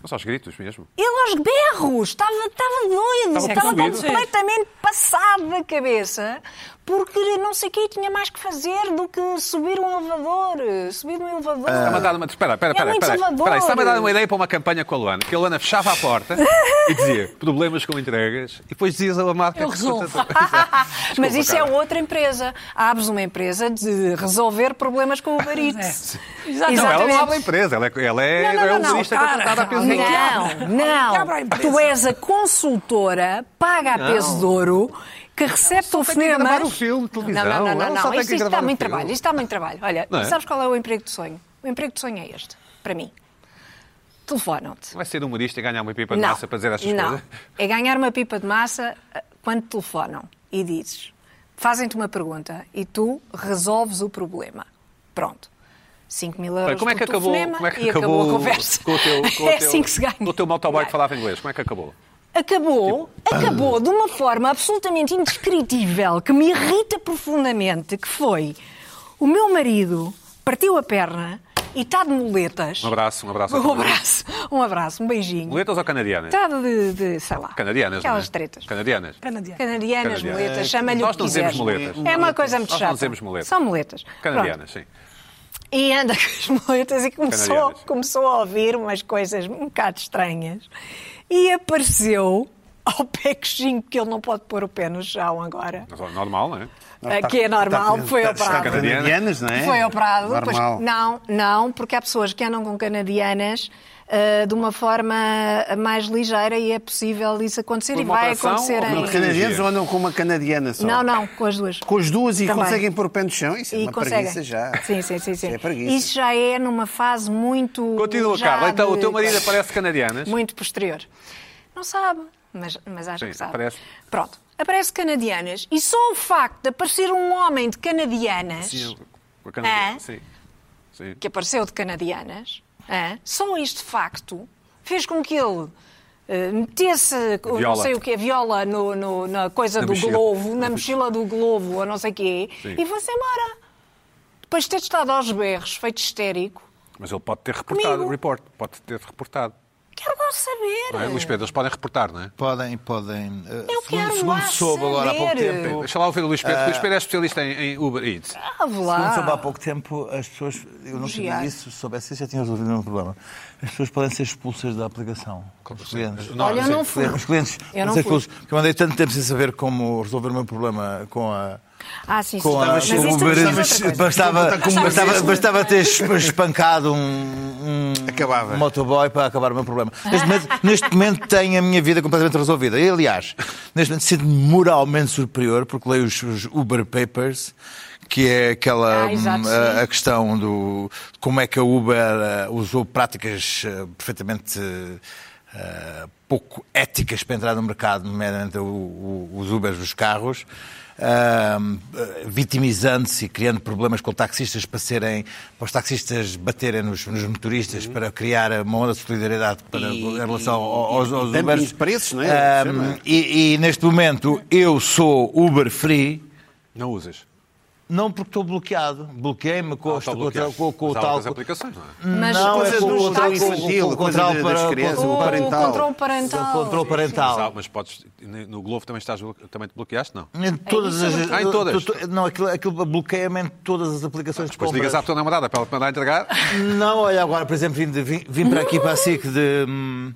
Speaker 1: Não só os gritos mesmo.
Speaker 3: Ele aos berros, estava, estava doido,
Speaker 1: Estava
Speaker 3: estava
Speaker 1: possuído.
Speaker 3: completamente passado da cabeça, porque não sei o que tinha mais que fazer do que subir um elevador, subir um elevador.
Speaker 1: Está-me a dar Ah. É uma. Espera, espera, espera.
Speaker 3: É muito
Speaker 1: espera,
Speaker 3: salvador.
Speaker 1: espera. Está-me a dar uma ideia para uma campanha com a Luana. Que a Luana fechava a porta e dizia problemas com entregas e depois dizias a marca
Speaker 4: Eu
Speaker 1: que-
Speaker 4: resolvo.
Speaker 3: Mas isso
Speaker 1: cara.
Speaker 3: é outra empresa. Abres uma empresa de resolver problemas com o Uber Eats.
Speaker 4: Exatamente.
Speaker 1: Não, ela não
Speaker 3: Exatamente.
Speaker 1: abre a empresa, ela é, ela é,
Speaker 3: Não, não,
Speaker 1: é
Speaker 3: não, não,
Speaker 1: humorista
Speaker 4: cara.
Speaker 1: contratada a peso
Speaker 4: Não.
Speaker 1: de ouro.
Speaker 4: Olha, que abra a
Speaker 3: Não, não.
Speaker 4: empresa.
Speaker 3: Tu és a consultora, paga a peso de ouro, que recebe telefonemas.
Speaker 1: gravar o filme, televisão.
Speaker 3: Não, não,
Speaker 1: Ela
Speaker 3: não. não,
Speaker 1: só
Speaker 3: não.
Speaker 1: tem
Speaker 3: Isto,
Speaker 1: que
Speaker 3: isto
Speaker 1: gravar
Speaker 3: dá
Speaker 1: o
Speaker 3: muito
Speaker 1: filme.
Speaker 3: trabalho. Isto dá muito trabalho. Olha,
Speaker 1: Não é?
Speaker 3: sabes qual é o emprego de sonho? O emprego de sonho é este, para mim. Telefonam-te.
Speaker 1: Vai ser humorista e ganhar uma pipa de
Speaker 3: Não.
Speaker 1: massa para dizer estas
Speaker 3: não.
Speaker 1: coisas?
Speaker 3: É ganhar uma pipa de massa eh, quando te telefonam e dizes, fazem-te uma pergunta e tu resolves o problema. Pronto. 5 mil euros
Speaker 1: Bem, como é que
Speaker 3: do
Speaker 1: acabou,
Speaker 3: telefonema
Speaker 1: como é que
Speaker 3: e
Speaker 1: acabou,
Speaker 3: a conversa.
Speaker 1: Com o teu, com o
Speaker 3: é
Speaker 1: teu-
Speaker 3: assim que se ganha.
Speaker 1: Com o teu motoboy que Tipo- falava inglês, como é que acabou?
Speaker 3: Acabou, acabou de uma forma absolutamente indescritível que me irrita profundamente, que foi o meu marido partiu a perna e está de moletas.
Speaker 1: Um abraço, um abraço.
Speaker 3: Um abraço, um abraço, um beijinho.
Speaker 1: Muletas ou canadianas?
Speaker 3: Está de, de, sei lá.
Speaker 1: É. Canadianas, não é?
Speaker 3: Aquelas tretas.
Speaker 1: Canadianas.
Speaker 4: Canadiano.
Speaker 3: Canadianas,
Speaker 1: Canadianas.
Speaker 3: moletas, chama-lhe o
Speaker 1: Nós
Speaker 3: que
Speaker 1: não dizemos
Speaker 3: quiseres.
Speaker 1: moletas.
Speaker 3: É uma coisa muito
Speaker 1: Nós não
Speaker 3: chata.
Speaker 1: dizemos moletas.
Speaker 3: São moletas.
Speaker 1: Canadianas, sim.
Speaker 3: Pronto. E anda com as moletas e começou,
Speaker 1: Canadianas.
Speaker 3: começou a ouvir umas coisas um bocado estranhas. E apareceu ao pé coxinho, porque ele não pode pôr o pé no chão agora,
Speaker 1: Mas, ó, Normal, não é?
Speaker 3: que é normal, foi
Speaker 2: está-
Speaker 3: ao
Speaker 2: está
Speaker 3: Prado.
Speaker 1: canadiana.
Speaker 2: canadianas, não é?
Speaker 3: Foi ao Prado. Pois,
Speaker 2: Normal.
Speaker 3: não, não, porque há pessoas que andam com canadianas ah, de uma forma mais ligeira e é possível isso acontecer
Speaker 1: Foi
Speaker 3: e
Speaker 1: uma
Speaker 3: vai
Speaker 1: operação
Speaker 3: acontecer
Speaker 1: ou
Speaker 3: em...
Speaker 1: não?
Speaker 2: Não, canadianos ou andam com uma canadiana só?
Speaker 3: Não, não, com as duas.
Speaker 2: Com as duas e
Speaker 3: Também.
Speaker 2: conseguem pôr o pé no chão? Isso é uma preguiça já.
Speaker 3: Sim, sim, sim. sim.
Speaker 2: Isso é preguiça.
Speaker 3: Isso já é numa fase muito.
Speaker 1: Continua,
Speaker 3: já
Speaker 1: Carla. Então, o
Speaker 3: de-
Speaker 1: teu marido aparece canadianas.
Speaker 3: Muito posterior. Não sabe, mas, mas acho
Speaker 1: Sim,
Speaker 3: que sabe.
Speaker 1: parece.
Speaker 3: Pronto. aparece canadianas. E só o facto de aparecer um homem de canadianas,
Speaker 1: Sim, com a cana-
Speaker 3: Ah.
Speaker 1: Sim. Sim.
Speaker 3: que apareceu de canadianas, hã, só este facto fez com que ele eh, metesse, o- não
Speaker 1: Viola.
Speaker 3: sei o que é, viola no, no- na coisa
Speaker 1: Na
Speaker 3: do
Speaker 1: mochila.
Speaker 3: globo, na mochila do globo, ou não sei o quê,
Speaker 1: Sim.
Speaker 3: e foi-se embora. Depois de ter estado aos berros, feito histérico,
Speaker 1: Mas ele pode ter reportado,
Speaker 3: Comigo.
Speaker 1: report, pode ter reportado.
Speaker 3: quero não
Speaker 1: Não é?
Speaker 3: saber.
Speaker 1: Luís Pedro, eles podem reportar, não é?
Speaker 5: Podem, podem. eh,
Speaker 3: Eu
Speaker 5: segundo,
Speaker 3: quero
Speaker 5: segundo
Speaker 3: lá
Speaker 5: soube agora há pouco
Speaker 3: saber.
Speaker 5: tempo.
Speaker 6: Oh.
Speaker 1: Bem, Deixa lá ouvir o Luís Pedro. O Luís Pedro é especialista em, em Uber Eats.
Speaker 3: Ah, vá
Speaker 6: Segundo
Speaker 3: lá.
Speaker 6: soube há pouco tempo, as pessoas. Eu não sabia
Speaker 3: Vigiar.
Speaker 6: isso, se soubesse isso já tinha resolvido o meu problema. As pessoas podem ser expulsas da aplicação. Os clientes.
Speaker 1: Não,
Speaker 3: Olha, eu
Speaker 1: sim.
Speaker 3: não fui.
Speaker 6: Os clientes
Speaker 3: Eu não
Speaker 6: podem ser
Speaker 3: fui.
Speaker 6: expulsos. Porque eu andei tanto tempo sem saber como resolver o meu problema com a.
Speaker 3: Ah, sim, sim.
Speaker 6: Com a,
Speaker 3: Mas
Speaker 6: com um o
Speaker 3: isto
Speaker 6: Uber
Speaker 3: é
Speaker 6: Eats.
Speaker 3: outra coisa.
Speaker 6: bastava,
Speaker 2: Contar com um
Speaker 6: bastava,
Speaker 2: Uber.
Speaker 6: bastava ter esp- espancado um, um,
Speaker 2: Acabava.
Speaker 6: um motoboy para acabar o meu problema. Neste momento, neste momento tenho a minha vida completamente resolvida. E, aliás, neste momento sinto-me moralmente superior porque leio os, os Uber Papers, que é aquela
Speaker 3: Ah, exato,
Speaker 6: hum,
Speaker 3: sim.
Speaker 6: a, a questão do de como é que a Uber eh, usou práticas eh, perfeitamente eh, pouco éticas para entrar no mercado, nomeadamente o- o- os Ubers dos carros, ahm, eh, vitimizando-se e criando problemas com taxistas para serem para os taxistas baterem nos, nos motoristas para criar uma onda de solidariedade para,
Speaker 2: Uhum. E-
Speaker 6: em relação aos, aos
Speaker 2: dumping
Speaker 6: Ubers.
Speaker 2: de preços, não é?
Speaker 6: Ahm,
Speaker 2: Chama.
Speaker 6: e, e neste momento eu sou Uber Free.
Speaker 1: Não usas.
Speaker 6: Não porque estou bloqueado. Bloqueei-me com,
Speaker 1: Ah,
Speaker 6: esta-
Speaker 1: está
Speaker 6: com,
Speaker 1: bloqueado.
Speaker 6: com- com o
Speaker 1: Mas há
Speaker 6: tal.
Speaker 1: outras aplicações, não é?
Speaker 3: Mas
Speaker 6: Não,
Speaker 2: Coisa
Speaker 6: é
Speaker 2: do
Speaker 6: com o controle
Speaker 2: estado infantil,
Speaker 6: com o
Speaker 2: coisa das
Speaker 6: controle para-
Speaker 2: crianças,
Speaker 6: com-
Speaker 2: o
Speaker 6: com-
Speaker 2: parental.
Speaker 3: controle
Speaker 6: com o
Speaker 3: parental.
Speaker 6: controle
Speaker 1: Mas, há-
Speaker 6: parental.
Speaker 1: mas podes. No Globo também, estás, bloque- também te bloqueaste? Não.
Speaker 6: Em todas
Speaker 3: isso,
Speaker 6: as.
Speaker 1: Ah, em todas? Ah,
Speaker 6: tu- tu- Não, aquilo, aquilo bloqueia-me em todas as aplicações de
Speaker 1: Depois
Speaker 6: compras.
Speaker 1: ligas à tua namorada para ela te mandar entregar.
Speaker 6: Não, olha, agora, por exemplo, vim, de- vim- vim para aqui para a SIC de, hum,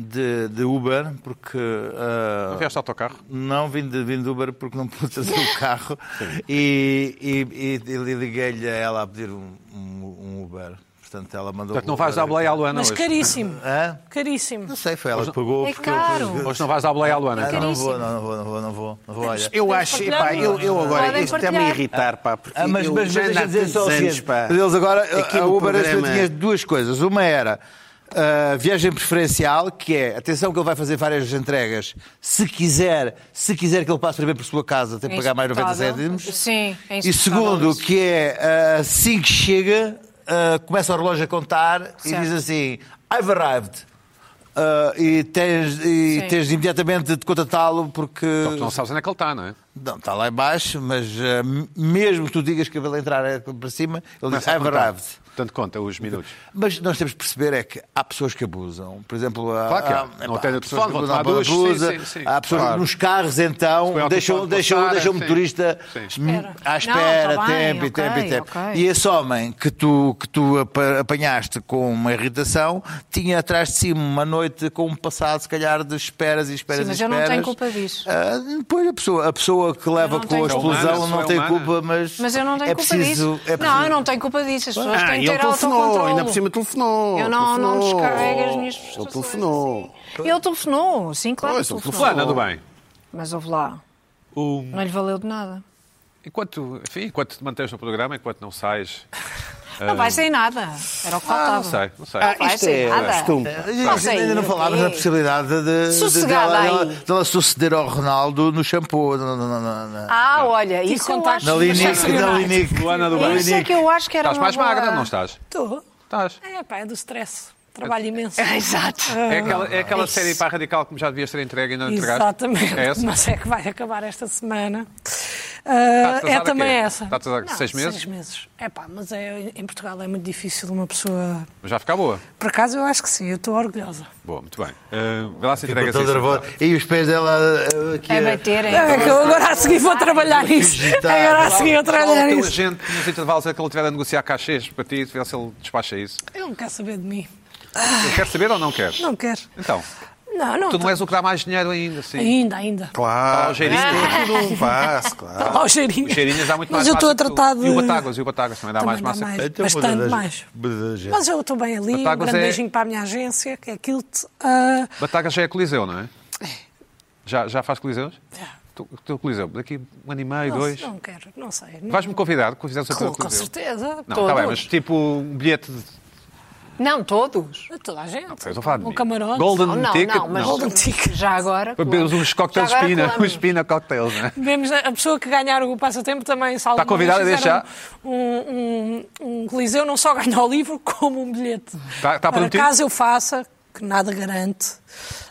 Speaker 6: de, de Uber, porque. ah,
Speaker 1: Não vieste autocarro?
Speaker 6: Não, vim de, vim de Uber porque não pude trazer o carro e, e, e- e liguei-lhe a ela a pedir um, um- um Uber. Portanto, ela mandou.
Speaker 1: Portanto,
Speaker 6: o
Speaker 1: não é. vais
Speaker 6: Uber.
Speaker 1: à Bleia à Luana
Speaker 4: Mas
Speaker 1: hoje.
Speaker 4: caríssimo.
Speaker 6: Hã?
Speaker 4: Caríssimo.
Speaker 6: É. Não sei, foi ela que pagou.
Speaker 3: É
Speaker 6: porque eu-
Speaker 3: caro.
Speaker 1: Hoje não vais à Bleia à Luana.
Speaker 6: Ah,
Speaker 1: então.
Speaker 6: não vou, não, não vou, não vou, não vou. Não vou olha.
Speaker 2: Eu acho,
Speaker 4: partilhar,
Speaker 2: epá, eu, eu agora,
Speaker 3: Podem
Speaker 2: isto está-me a
Speaker 3: partilhar.
Speaker 2: irritar, pá, porque
Speaker 6: Ah, mas,
Speaker 2: eu
Speaker 6: mas,
Speaker 2: já
Speaker 6: mas
Speaker 2: ando há
Speaker 6: deixa dizer só o
Speaker 2: tantos anos,
Speaker 6: seguinte,
Speaker 2: pá.
Speaker 6: mas Eles agora, eh,
Speaker 1: É
Speaker 2: Aqui
Speaker 6: a
Speaker 2: no
Speaker 6: Uber este
Speaker 2: programa-
Speaker 6: tinha duas coisas. Uma era ah, viagem preferencial, que é, atenção que ele vai fazer várias entregas, se quiser, se quiser que ele passe primeiro por sua casa, tem que pagar mais 90
Speaker 3: É Insuportável.
Speaker 6: cêntimos.
Speaker 3: Sim, é
Speaker 6: E
Speaker 3: insuportável
Speaker 6: segundo,
Speaker 3: isso.
Speaker 6: que é, ah, assim que chega, ah, começa o relógio a contar e
Speaker 3: Certo.
Speaker 6: diz assim, I've arrived. Ah, e tens, e
Speaker 3: Sim.
Speaker 6: tens imediatamente de contatá-lo porque...
Speaker 1: Só que tu não sabes onde é que ele está, não é?
Speaker 6: Não, está lá em baixo, mas eh, mesmo que tu digas que ele entrar eh, para cima, ele diz
Speaker 1: Começa a
Speaker 6: I've
Speaker 1: contar.
Speaker 6: arrived.
Speaker 1: Portanto, conta os minutos.
Speaker 6: Mas nós temos que perceber é que há pessoas que abusam. Por exemplo, há,
Speaker 1: Claro que há.
Speaker 6: há-
Speaker 1: Não
Speaker 6: epá,
Speaker 1: tem
Speaker 6: há
Speaker 1: telefone, vão tomar duche, sim, sim, sim.
Speaker 6: há pessoas
Speaker 1: Claro.
Speaker 6: que nos carros
Speaker 1: põe
Speaker 6: então
Speaker 1: ao
Speaker 6: deixam,
Speaker 1: telefone,
Speaker 6: deixam,
Speaker 1: passar,
Speaker 6: deixam o
Speaker 1: sim.
Speaker 6: motorista
Speaker 1: Sim.
Speaker 6: hum,
Speaker 4: Espera.
Speaker 6: à espera,
Speaker 3: Não, tá bem,
Speaker 6: tempo e tempo
Speaker 3: ok,
Speaker 6: e tempo.
Speaker 3: ok.
Speaker 6: E esse homem que tu, que tu apa- apanhaste com uma irritação tinha atrás de si uma noite com um passado, se calhar, de esperas e esperas
Speaker 3: Sim, mas
Speaker 6: e
Speaker 3: eu não
Speaker 6: esperas.
Speaker 3: tenho culpa disso.
Speaker 6: Ah, pois a pessoa, a pessoa que leva
Speaker 3: não
Speaker 6: com
Speaker 3: tenho
Speaker 6: a
Speaker 1: culpa.
Speaker 6: explosão
Speaker 1: Humana,
Speaker 6: não
Speaker 1: só é
Speaker 6: tem
Speaker 1: humana.
Speaker 6: culpa, mas.
Speaker 3: Mas eu não tenho
Speaker 6: é
Speaker 3: culpa
Speaker 6: preciso,
Speaker 3: disso.
Speaker 6: É preciso...
Speaker 3: Não, eu não tenho culpa disso. As pessoas
Speaker 2: Ah,
Speaker 3: têm
Speaker 2: e
Speaker 3: que
Speaker 2: ele
Speaker 3: ter
Speaker 2: telefonou,
Speaker 3: autocontrole.
Speaker 2: ainda por cima telefonou.
Speaker 3: Eu não, não
Speaker 2: telefonou.
Speaker 3: descarrego as minhas
Speaker 2: Ele
Speaker 3: frustrações
Speaker 2: telefonou.
Speaker 3: assim. Ele telefonou, sim, claro
Speaker 2: Pois,
Speaker 3: que
Speaker 2: ele
Speaker 3: telefonou.
Speaker 1: Luana, do bem.
Speaker 3: Mas houve lá,
Speaker 1: Um,
Speaker 3: não lhe valeu de nada.
Speaker 1: enquanto, enfim, enquanto te mantens no programa, enquanto não sais.
Speaker 3: Não vai sem nada. Era o que
Speaker 1: Ah, não
Speaker 3: faltava.
Speaker 1: sei, não sei.
Speaker 2: Ah,
Speaker 3: Vai
Speaker 2: isto
Speaker 3: ser
Speaker 2: é
Speaker 3: nada.
Speaker 2: estume.
Speaker 6: Ainda-
Speaker 3: Não sei,
Speaker 6: ainda
Speaker 3: não
Speaker 6: não falámos
Speaker 3: sei.
Speaker 6: da possibilidade de, de, de,
Speaker 3: Sossegada
Speaker 6: dela, dela,
Speaker 3: aí.
Speaker 6: dela suceder ao Ronaldo no shampoo. Na, na, na, na, na.
Speaker 3: Ah, olha,
Speaker 4: E
Speaker 3: isso eu
Speaker 4: contactos
Speaker 3: acho
Speaker 6: na Linique,
Speaker 3: é
Speaker 6: na
Speaker 4: sensacionais.
Speaker 6: Linique.
Speaker 1: Luana do
Speaker 3: Isso
Speaker 1: bem.
Speaker 3: é que eu acho que era
Speaker 1: Estás
Speaker 3: uma
Speaker 1: mais
Speaker 3: boa-
Speaker 1: magra, não estás?
Speaker 4: Estou.
Speaker 1: Estás.
Speaker 4: É, pá, é do stress. Trabalho imenso.
Speaker 3: Exato.
Speaker 1: É aquela, é aquela série para radical que já devias ter entregue e não entregaste.
Speaker 4: Exatamente.
Speaker 1: É essa?
Speaker 4: Mas é que vai acabar esta semana. Ah,
Speaker 1: Está-te a
Speaker 4: é
Speaker 1: dar
Speaker 4: também
Speaker 1: quê?
Speaker 4: essa.
Speaker 1: Está-te a dar
Speaker 4: Não,
Speaker 1: seis meses?
Speaker 4: Seis meses. É pá, mas é, em Portugal é muito difícil uma pessoa.
Speaker 1: Mas já fica boa.
Speaker 4: Por acaso eu acho que sim, eu estou orgulhosa.
Speaker 1: Boa, muito bem. Ah, vê lá se entregas
Speaker 6: Toda
Speaker 1: isso.
Speaker 6: nervosa. E os pés dela eh, aqui.
Speaker 3: É
Speaker 6: eh,
Speaker 3: baterem.
Speaker 4: É que eu agora a seguir vou trabalhar nisso. É,
Speaker 6: Digital.
Speaker 4: Agora a seguir vou
Speaker 1: Fala
Speaker 4: trabalhar
Speaker 1: ao teu
Speaker 4: nisso.
Speaker 1: agente nos intervalos é que ele estiver a negociar cachês para ti, vê se ele despacha isso.
Speaker 4: Ele não quer saber de mim.
Speaker 1: Ele Quer saber ou não quer?
Speaker 4: Não quer.
Speaker 1: Então,
Speaker 4: Não, não.
Speaker 1: tu não és assim. o que dá mais dinheiro ainda, sim.
Speaker 4: Ainda, ainda.
Speaker 2: Claro,
Speaker 1: Ah, o cheirinho.
Speaker 2: isto é tudo um passo, claro.
Speaker 4: Ó, o cheirinho.
Speaker 1: Os cheirinhos dá muito
Speaker 4: Mas
Speaker 1: mais
Speaker 4: eu estou
Speaker 1: massa
Speaker 4: a
Speaker 1: que tu.
Speaker 4: tratar de.
Speaker 1: E o Batáguas, e o Batáguas também dá
Speaker 4: Também
Speaker 1: mais massa. que tu.
Speaker 6: Então,
Speaker 4: Mas
Speaker 6: vou dar-
Speaker 4: tanto mais.
Speaker 6: vou dar jeito.
Speaker 4: Mas eu estou bem ali. Um
Speaker 1: Batáguas
Speaker 4: grande
Speaker 1: é-
Speaker 4: beijinho para a minha agência, que é Kilt. Ah,
Speaker 1: Batáguas já é coliseu, não é? Já, já faz coliseus?
Speaker 4: Já.
Speaker 1: Tu, tu coliseu, daqui um ano e meio,
Speaker 4: é. não,
Speaker 1: dois.
Speaker 4: não quero, não sei. Não-
Speaker 1: Vais-me convidar, convidar-se a
Speaker 4: Com,
Speaker 1: teu
Speaker 4: com
Speaker 1: coliseu.
Speaker 4: certeza.
Speaker 1: Não, tá
Speaker 4: todos.
Speaker 1: está bem, mas tipo um bilhete de
Speaker 3: Não, todos.
Speaker 4: Toda a gente.
Speaker 1: Eu estou a falar de
Speaker 4: um
Speaker 1: mim.
Speaker 4: camarote.
Speaker 1: Golden
Speaker 3: Não, não,
Speaker 1: Ticket.
Speaker 3: não, mas
Speaker 4: Golden Ticket.
Speaker 3: já agora.
Speaker 1: Para beber uns cocktails
Speaker 3: Já agora
Speaker 1: espina,
Speaker 3: colamos.
Speaker 1: os espina cocktails, não é?
Speaker 4: Vemos né, a pessoa que ganhar o passatempo também, se alguma
Speaker 1: Está convidada a
Speaker 4: vez fizer
Speaker 1: deixar.
Speaker 4: Um, um, um, um coliseu não só ganha o livro, como um bilhete.
Speaker 1: Está- está
Speaker 4: Para
Speaker 1: Tá- prometido?
Speaker 4: caso eu faça, que nada garante.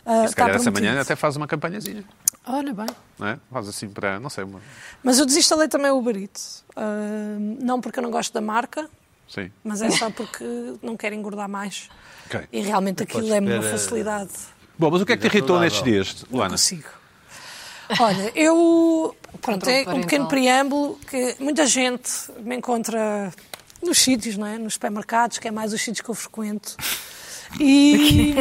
Speaker 4: ah,
Speaker 1: Se calhar essa
Speaker 4: prometido.
Speaker 1: manhã até faz uma campanhazinha,
Speaker 4: Olha bem.
Speaker 1: não é? Faz assim para, não sei, uma...
Speaker 4: Mas eu desinstalei também o Uber Eats. Ah, não porque eu não gosto da marca,
Speaker 1: Sim.
Speaker 4: mas é só porque não quero engordar mais.
Speaker 1: Ok.
Speaker 4: E realmente aquilo é uma facilidade.
Speaker 1: Bom, mas o que é que te irritou nestes dias,
Speaker 4: Não
Speaker 1: Luana?
Speaker 4: consigo. Olha, eu. Pronto, é um
Speaker 3: parental.
Speaker 4: pequeno preâmbulo que muita gente me encontra nos sítios, não é? Nos supermercados, que é mais os sítios que eu frequento. E.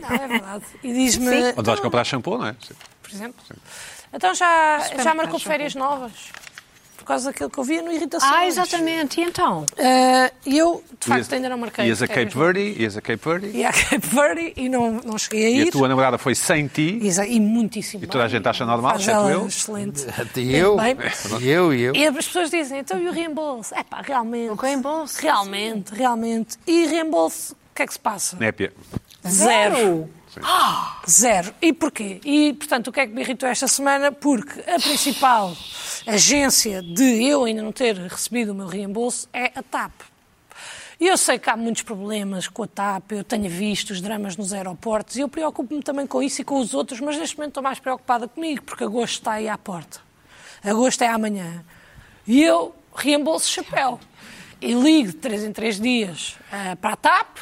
Speaker 4: não, é verdade. E diz-me. então,
Speaker 1: Onde vais comprar shampoo, não é? Sim.
Speaker 4: Por exemplo. Então já, já marcou
Speaker 3: Supermercados,
Speaker 4: férias novas? Por causa daquilo que eu via no Irritação.
Speaker 3: Ah, exatamente. E então?
Speaker 4: E eu, de facto,
Speaker 1: Ias-
Speaker 4: ainda não marquei.
Speaker 1: Ias a
Speaker 4: férias
Speaker 1: Cape Verde, ias a Cape Verde,
Speaker 4: novas. E a Cape Verde e não, não cheguei a ir.
Speaker 1: e a tua namorada foi sem ti,
Speaker 4: Exa- E muitíssimo
Speaker 1: E toda a
Speaker 4: bem.
Speaker 1: gente acha normal,
Speaker 4: Faz
Speaker 1: exceto
Speaker 4: ela
Speaker 1: eu.
Speaker 4: Excelente.
Speaker 6: Até eu,
Speaker 4: Bem,
Speaker 6: e eu, e eu.
Speaker 4: E as pessoas dizem, então e o reembolso? É pá, realmente. O
Speaker 3: reembolso?
Speaker 4: Realmente, realmente. E reembolso, o que é que se passa?
Speaker 1: népia.
Speaker 4: Zero. Zero. E porquê? E, portanto, o que é que me irritou esta semana? Porque a principal agência de eu ainda não ter recebido o meu reembolso é a TAP. E eu sei que há muitos problemas com a TAP, eu tenho visto os dramas nos aeroportos e eu preocupo-me também com isso e com os outros, mas neste momento estou mais preocupada comigo, porque agosto está aí à porta. Agosto é amanhã. E eu reembolso chapéu. E ligo de 3 em 3 dias ah, para a TAP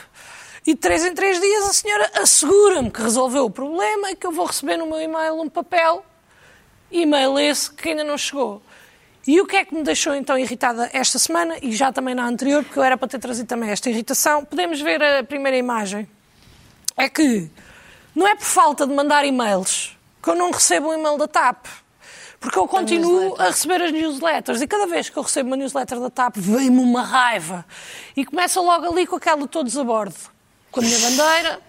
Speaker 4: e de 3 em 3 dias a senhora assegura-me que resolveu o problema e que eu vou receber no meu e-mail um papel e-mail esse que ainda não chegou. E o que é que me deixou então irritada esta semana e já também na anterior, porque eu era para ter trazido também esta irritação? Podemos ver a primeira imagem. É que não é por falta de mandar e-mails que eu não recebo um e-mail da TAP. Porque eu continuo a receber as newsletters e cada vez que eu recebo uma newsletter da TAP vem-me uma raiva. E começa logo ali com aquela todos a bordo. Com a minha
Speaker 1: O
Speaker 4: bandeira,
Speaker 1: que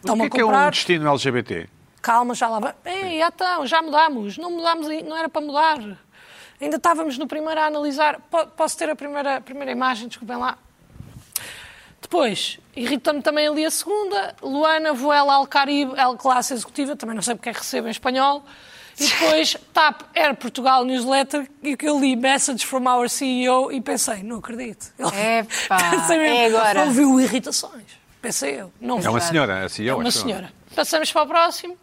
Speaker 4: estão-me
Speaker 1: é
Speaker 4: a
Speaker 1: que é um
Speaker 4: comprar.
Speaker 1: destino LGBT?
Speaker 4: Calma, já lá vai. Ei, já então, já mudámos. Não mudámos, ai- não era para mudar. Ainda estávamos no primeiro a analisar. Po- Posso ter a primeira, a primeira imagem, desculpem lá. Depois, irritou-me também ali a segunda. Luana Voela ao Caribe, L classe executiva, também não sei porque é que recebo em espanhol. E depois, TAP Air Portugal Newsletter, e que eu li Message from Our CEO e pensei, não acredito. Ele-
Speaker 3: Epá,
Speaker 4: Pensei mesmo,
Speaker 3: é agora.
Speaker 4: Ouviu irritações. Pensei eu. Não
Speaker 1: É uma senhora, assim eu
Speaker 4: é uma
Speaker 1: acho.
Speaker 4: senhora. Passamos para o próximo.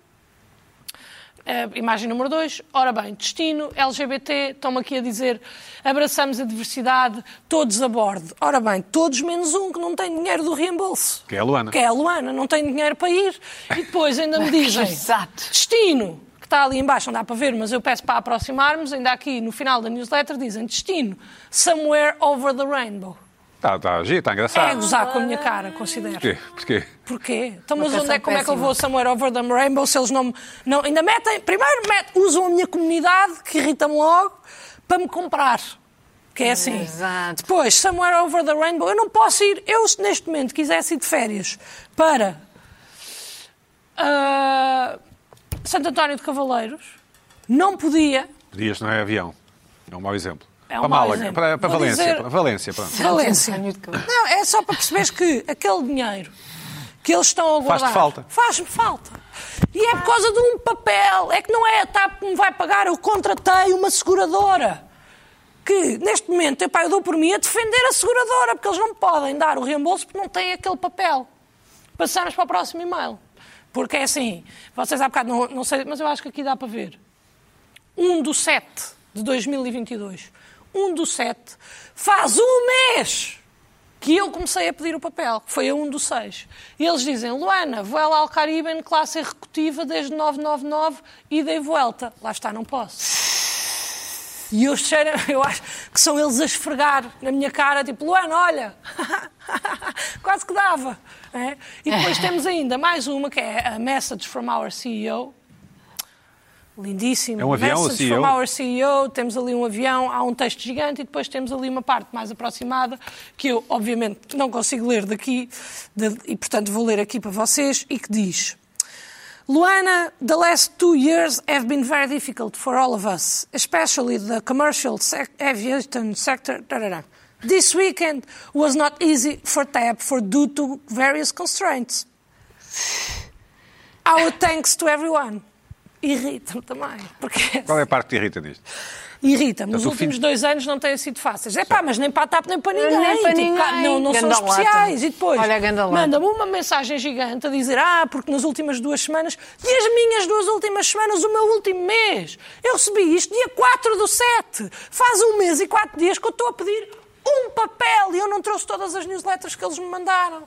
Speaker 4: Eh, imagem número 2. Ora bem, destino, LGBT, estão-me aqui a dizer abraçamos a diversidade, todos a bordo. Ora bem, todos menos um que não tem dinheiro do reembolso.
Speaker 1: Que é a Luana.
Speaker 4: Que é a Luana, não tem dinheiro para ir. E depois ainda me dizem.
Speaker 3: Exato.
Speaker 4: Destino, que está ali embaixo, não dá para ver, mas eu peço para aproximarmos, ainda aqui no final da newsletter dizem destino, somewhere over the rainbow.
Speaker 1: Está tá, a giro, está
Speaker 4: É a
Speaker 1: engraçado.
Speaker 4: gozar com a minha cara, considero.
Speaker 1: Porquê? Porquê?
Speaker 4: Porquê? Então, mas
Speaker 3: Uma
Speaker 4: onde é,
Speaker 3: canção
Speaker 4: como é que eu
Speaker 3: péssima.
Speaker 4: vou Somewhere Over the Rainbow se eles não, me- não ainda metem, primeiro metem, usam a minha comunidade, que irrita-me logo, para me comprar. Que é assim.
Speaker 3: Exato.
Speaker 4: Depois, Somewhere Over the Rainbow, eu não posso ir, eu se neste momento quisesse ir de férias para ah, Santo António de Cavaleiros, não podia,
Speaker 1: Podias, não é avião. É um mau exemplo.
Speaker 4: É um
Speaker 1: para
Speaker 4: mau
Speaker 1: Málaga,
Speaker 4: exemplo.
Speaker 1: para, para
Speaker 4: Vou
Speaker 1: Valência.
Speaker 4: dizer-
Speaker 1: Para Valência, pronto.
Speaker 4: Valência.
Speaker 3: António de Cavaleiros.
Speaker 4: Não, é só para perceberes que aquele dinheiro que eles estão a guardar...
Speaker 1: Faz-te falta.
Speaker 4: Faz-me falta. E é por causa de um papel. É que não é a TAP que me vai pagar. Eu contratei uma seguradora. Que, neste momento, eu, pá, eu dou por mim a defender a seguradora, porque eles não podem dar o reembolso porque não têm aquele papel. Passamos para o próximo e-mail. Porque é assim, vocês há bocado, não, não sei, mas eu acho que aqui dá para ver. 1 do 7 de 2022. 1 do 7 faz um mês que eu comecei a pedir o papel, que foi a 1 do 6. E eles dizem, Luana, voela ao Caribe em classe executiva desde 999, ida e volta. Lá está, não posso. E eu, cheiro, eu acho que são eles a esfregar na minha cara, tipo, Luana, olha, quase que dava. é? E depois temos ainda mais uma, que é a Message from Our CEO, Lindíssimo.
Speaker 1: É um avião, o
Speaker 4: Message
Speaker 1: CEO?
Speaker 4: from our CEO, temos ali um avião, há um texto gigante e depois temos ali uma parte mais aproximada que eu, obviamente, não consigo ler daqui de- e, portanto, vou ler aqui para vocês e que diz... Luana, the last two years have been very difficult for all of us, especially the commercial sec aviation sector. Tarará. This weekend was not easy for TAP for due to various constraints. Our thanks to everyone. Irrita-me também. Porque
Speaker 1: Qual é a parte que te irrita nisto?
Speaker 4: irrita-me.
Speaker 1: Mas
Speaker 4: Os
Speaker 1: o fim-
Speaker 4: últimos dois anos não têm sido fáceis. É pá, mas nem para a TAP, nem para
Speaker 3: Nem
Speaker 4: ninguém.
Speaker 3: para
Speaker 4: Tipo,
Speaker 3: ninguém.
Speaker 4: pá, Não, não são
Speaker 3: Ganda lata.
Speaker 4: especiais. E depois
Speaker 3: Olha a ganda lata.
Speaker 4: manda-me uma mensagem gigante a dizer ah, porque nas últimas duas semanas, e as minhas duas últimas semanas, o meu último mês, eu recebi isto dia 4 do 7. Faz um mês e quatro dias que eu estou a pedir um papel e eu não trouxe todas as newsletters que eles me mandaram.